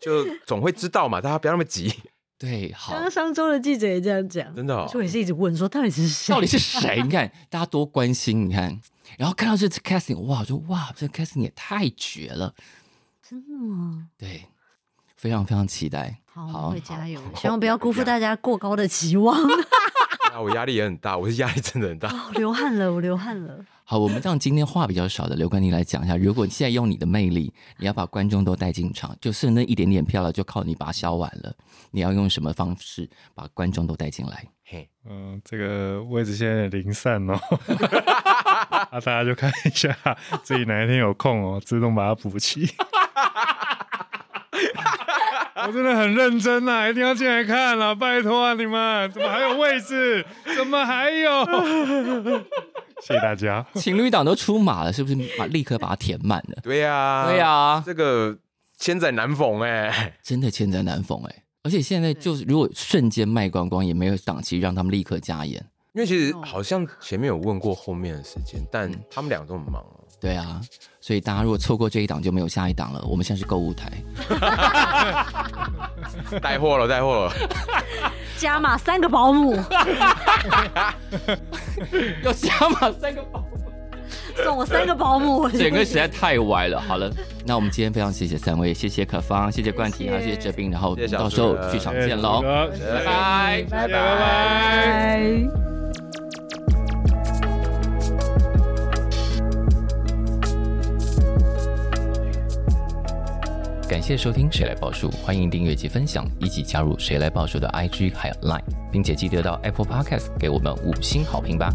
就总会知道嘛，大家不要那么急， 对，好刚，刚商周的记者也这样讲，真的哦、就也是一直问说到底是谁？到底是谁？你看 大家多关心，你看，然后看到这次 casting，哇，我就哇，这 casting 也太绝了，真的吗？对，非常非常期待。好，我们会加油好，希望不要辜负大家过高的期 望。那啊我压力也很大，我是压力真的很大。哦流汗了，我流汗了。好，我们让今天话比较少的刘冠霖来讲一下，如果你现在用你的魅力，你要把观众都带进场，就是那一点点票了，就靠你把它消完了。你要用什么方式把观众都带进来？嘿，嗯，这个位置现在零散 哦，啊，大家就看一下自己哪一天有空哦，自动把它补齐。我真的很认真啊，一定要进来看啊！拜托啊你们，怎么还有位置？怎么还有？ 谢谢大家。情侣档都出马了，是不是把立刻把它填满了？对呀、对啊呀、这个千载难逢哎、真的千载难逢哎、而且现在就是如果瞬间卖光光，也没有档期让他们立刻加演。因为其实好像前面有问过后面的时间，但嗯他们俩都很忙哦。对啊，所以大家如果错过这一档，就没有下一档了。我们现在是购物台，带货了，带货了，加码三个 保姆，要加码三个包。送我三个保姆，整个实在太歪了。好了，那我们今天非常谢谢三位，谢谢可芳，谢谢冠廷，还啊有谢谢哲斌，然后谢谢小到时候哲剧场见喽，谢谢拜拜。 拜拜。拜。感谢收听《谁来报数》，欢迎订阅及分享，一起加入《谁来报数》的 IG 还有 Line，并且记得到 Apple Podcast 给我们五星好评吧。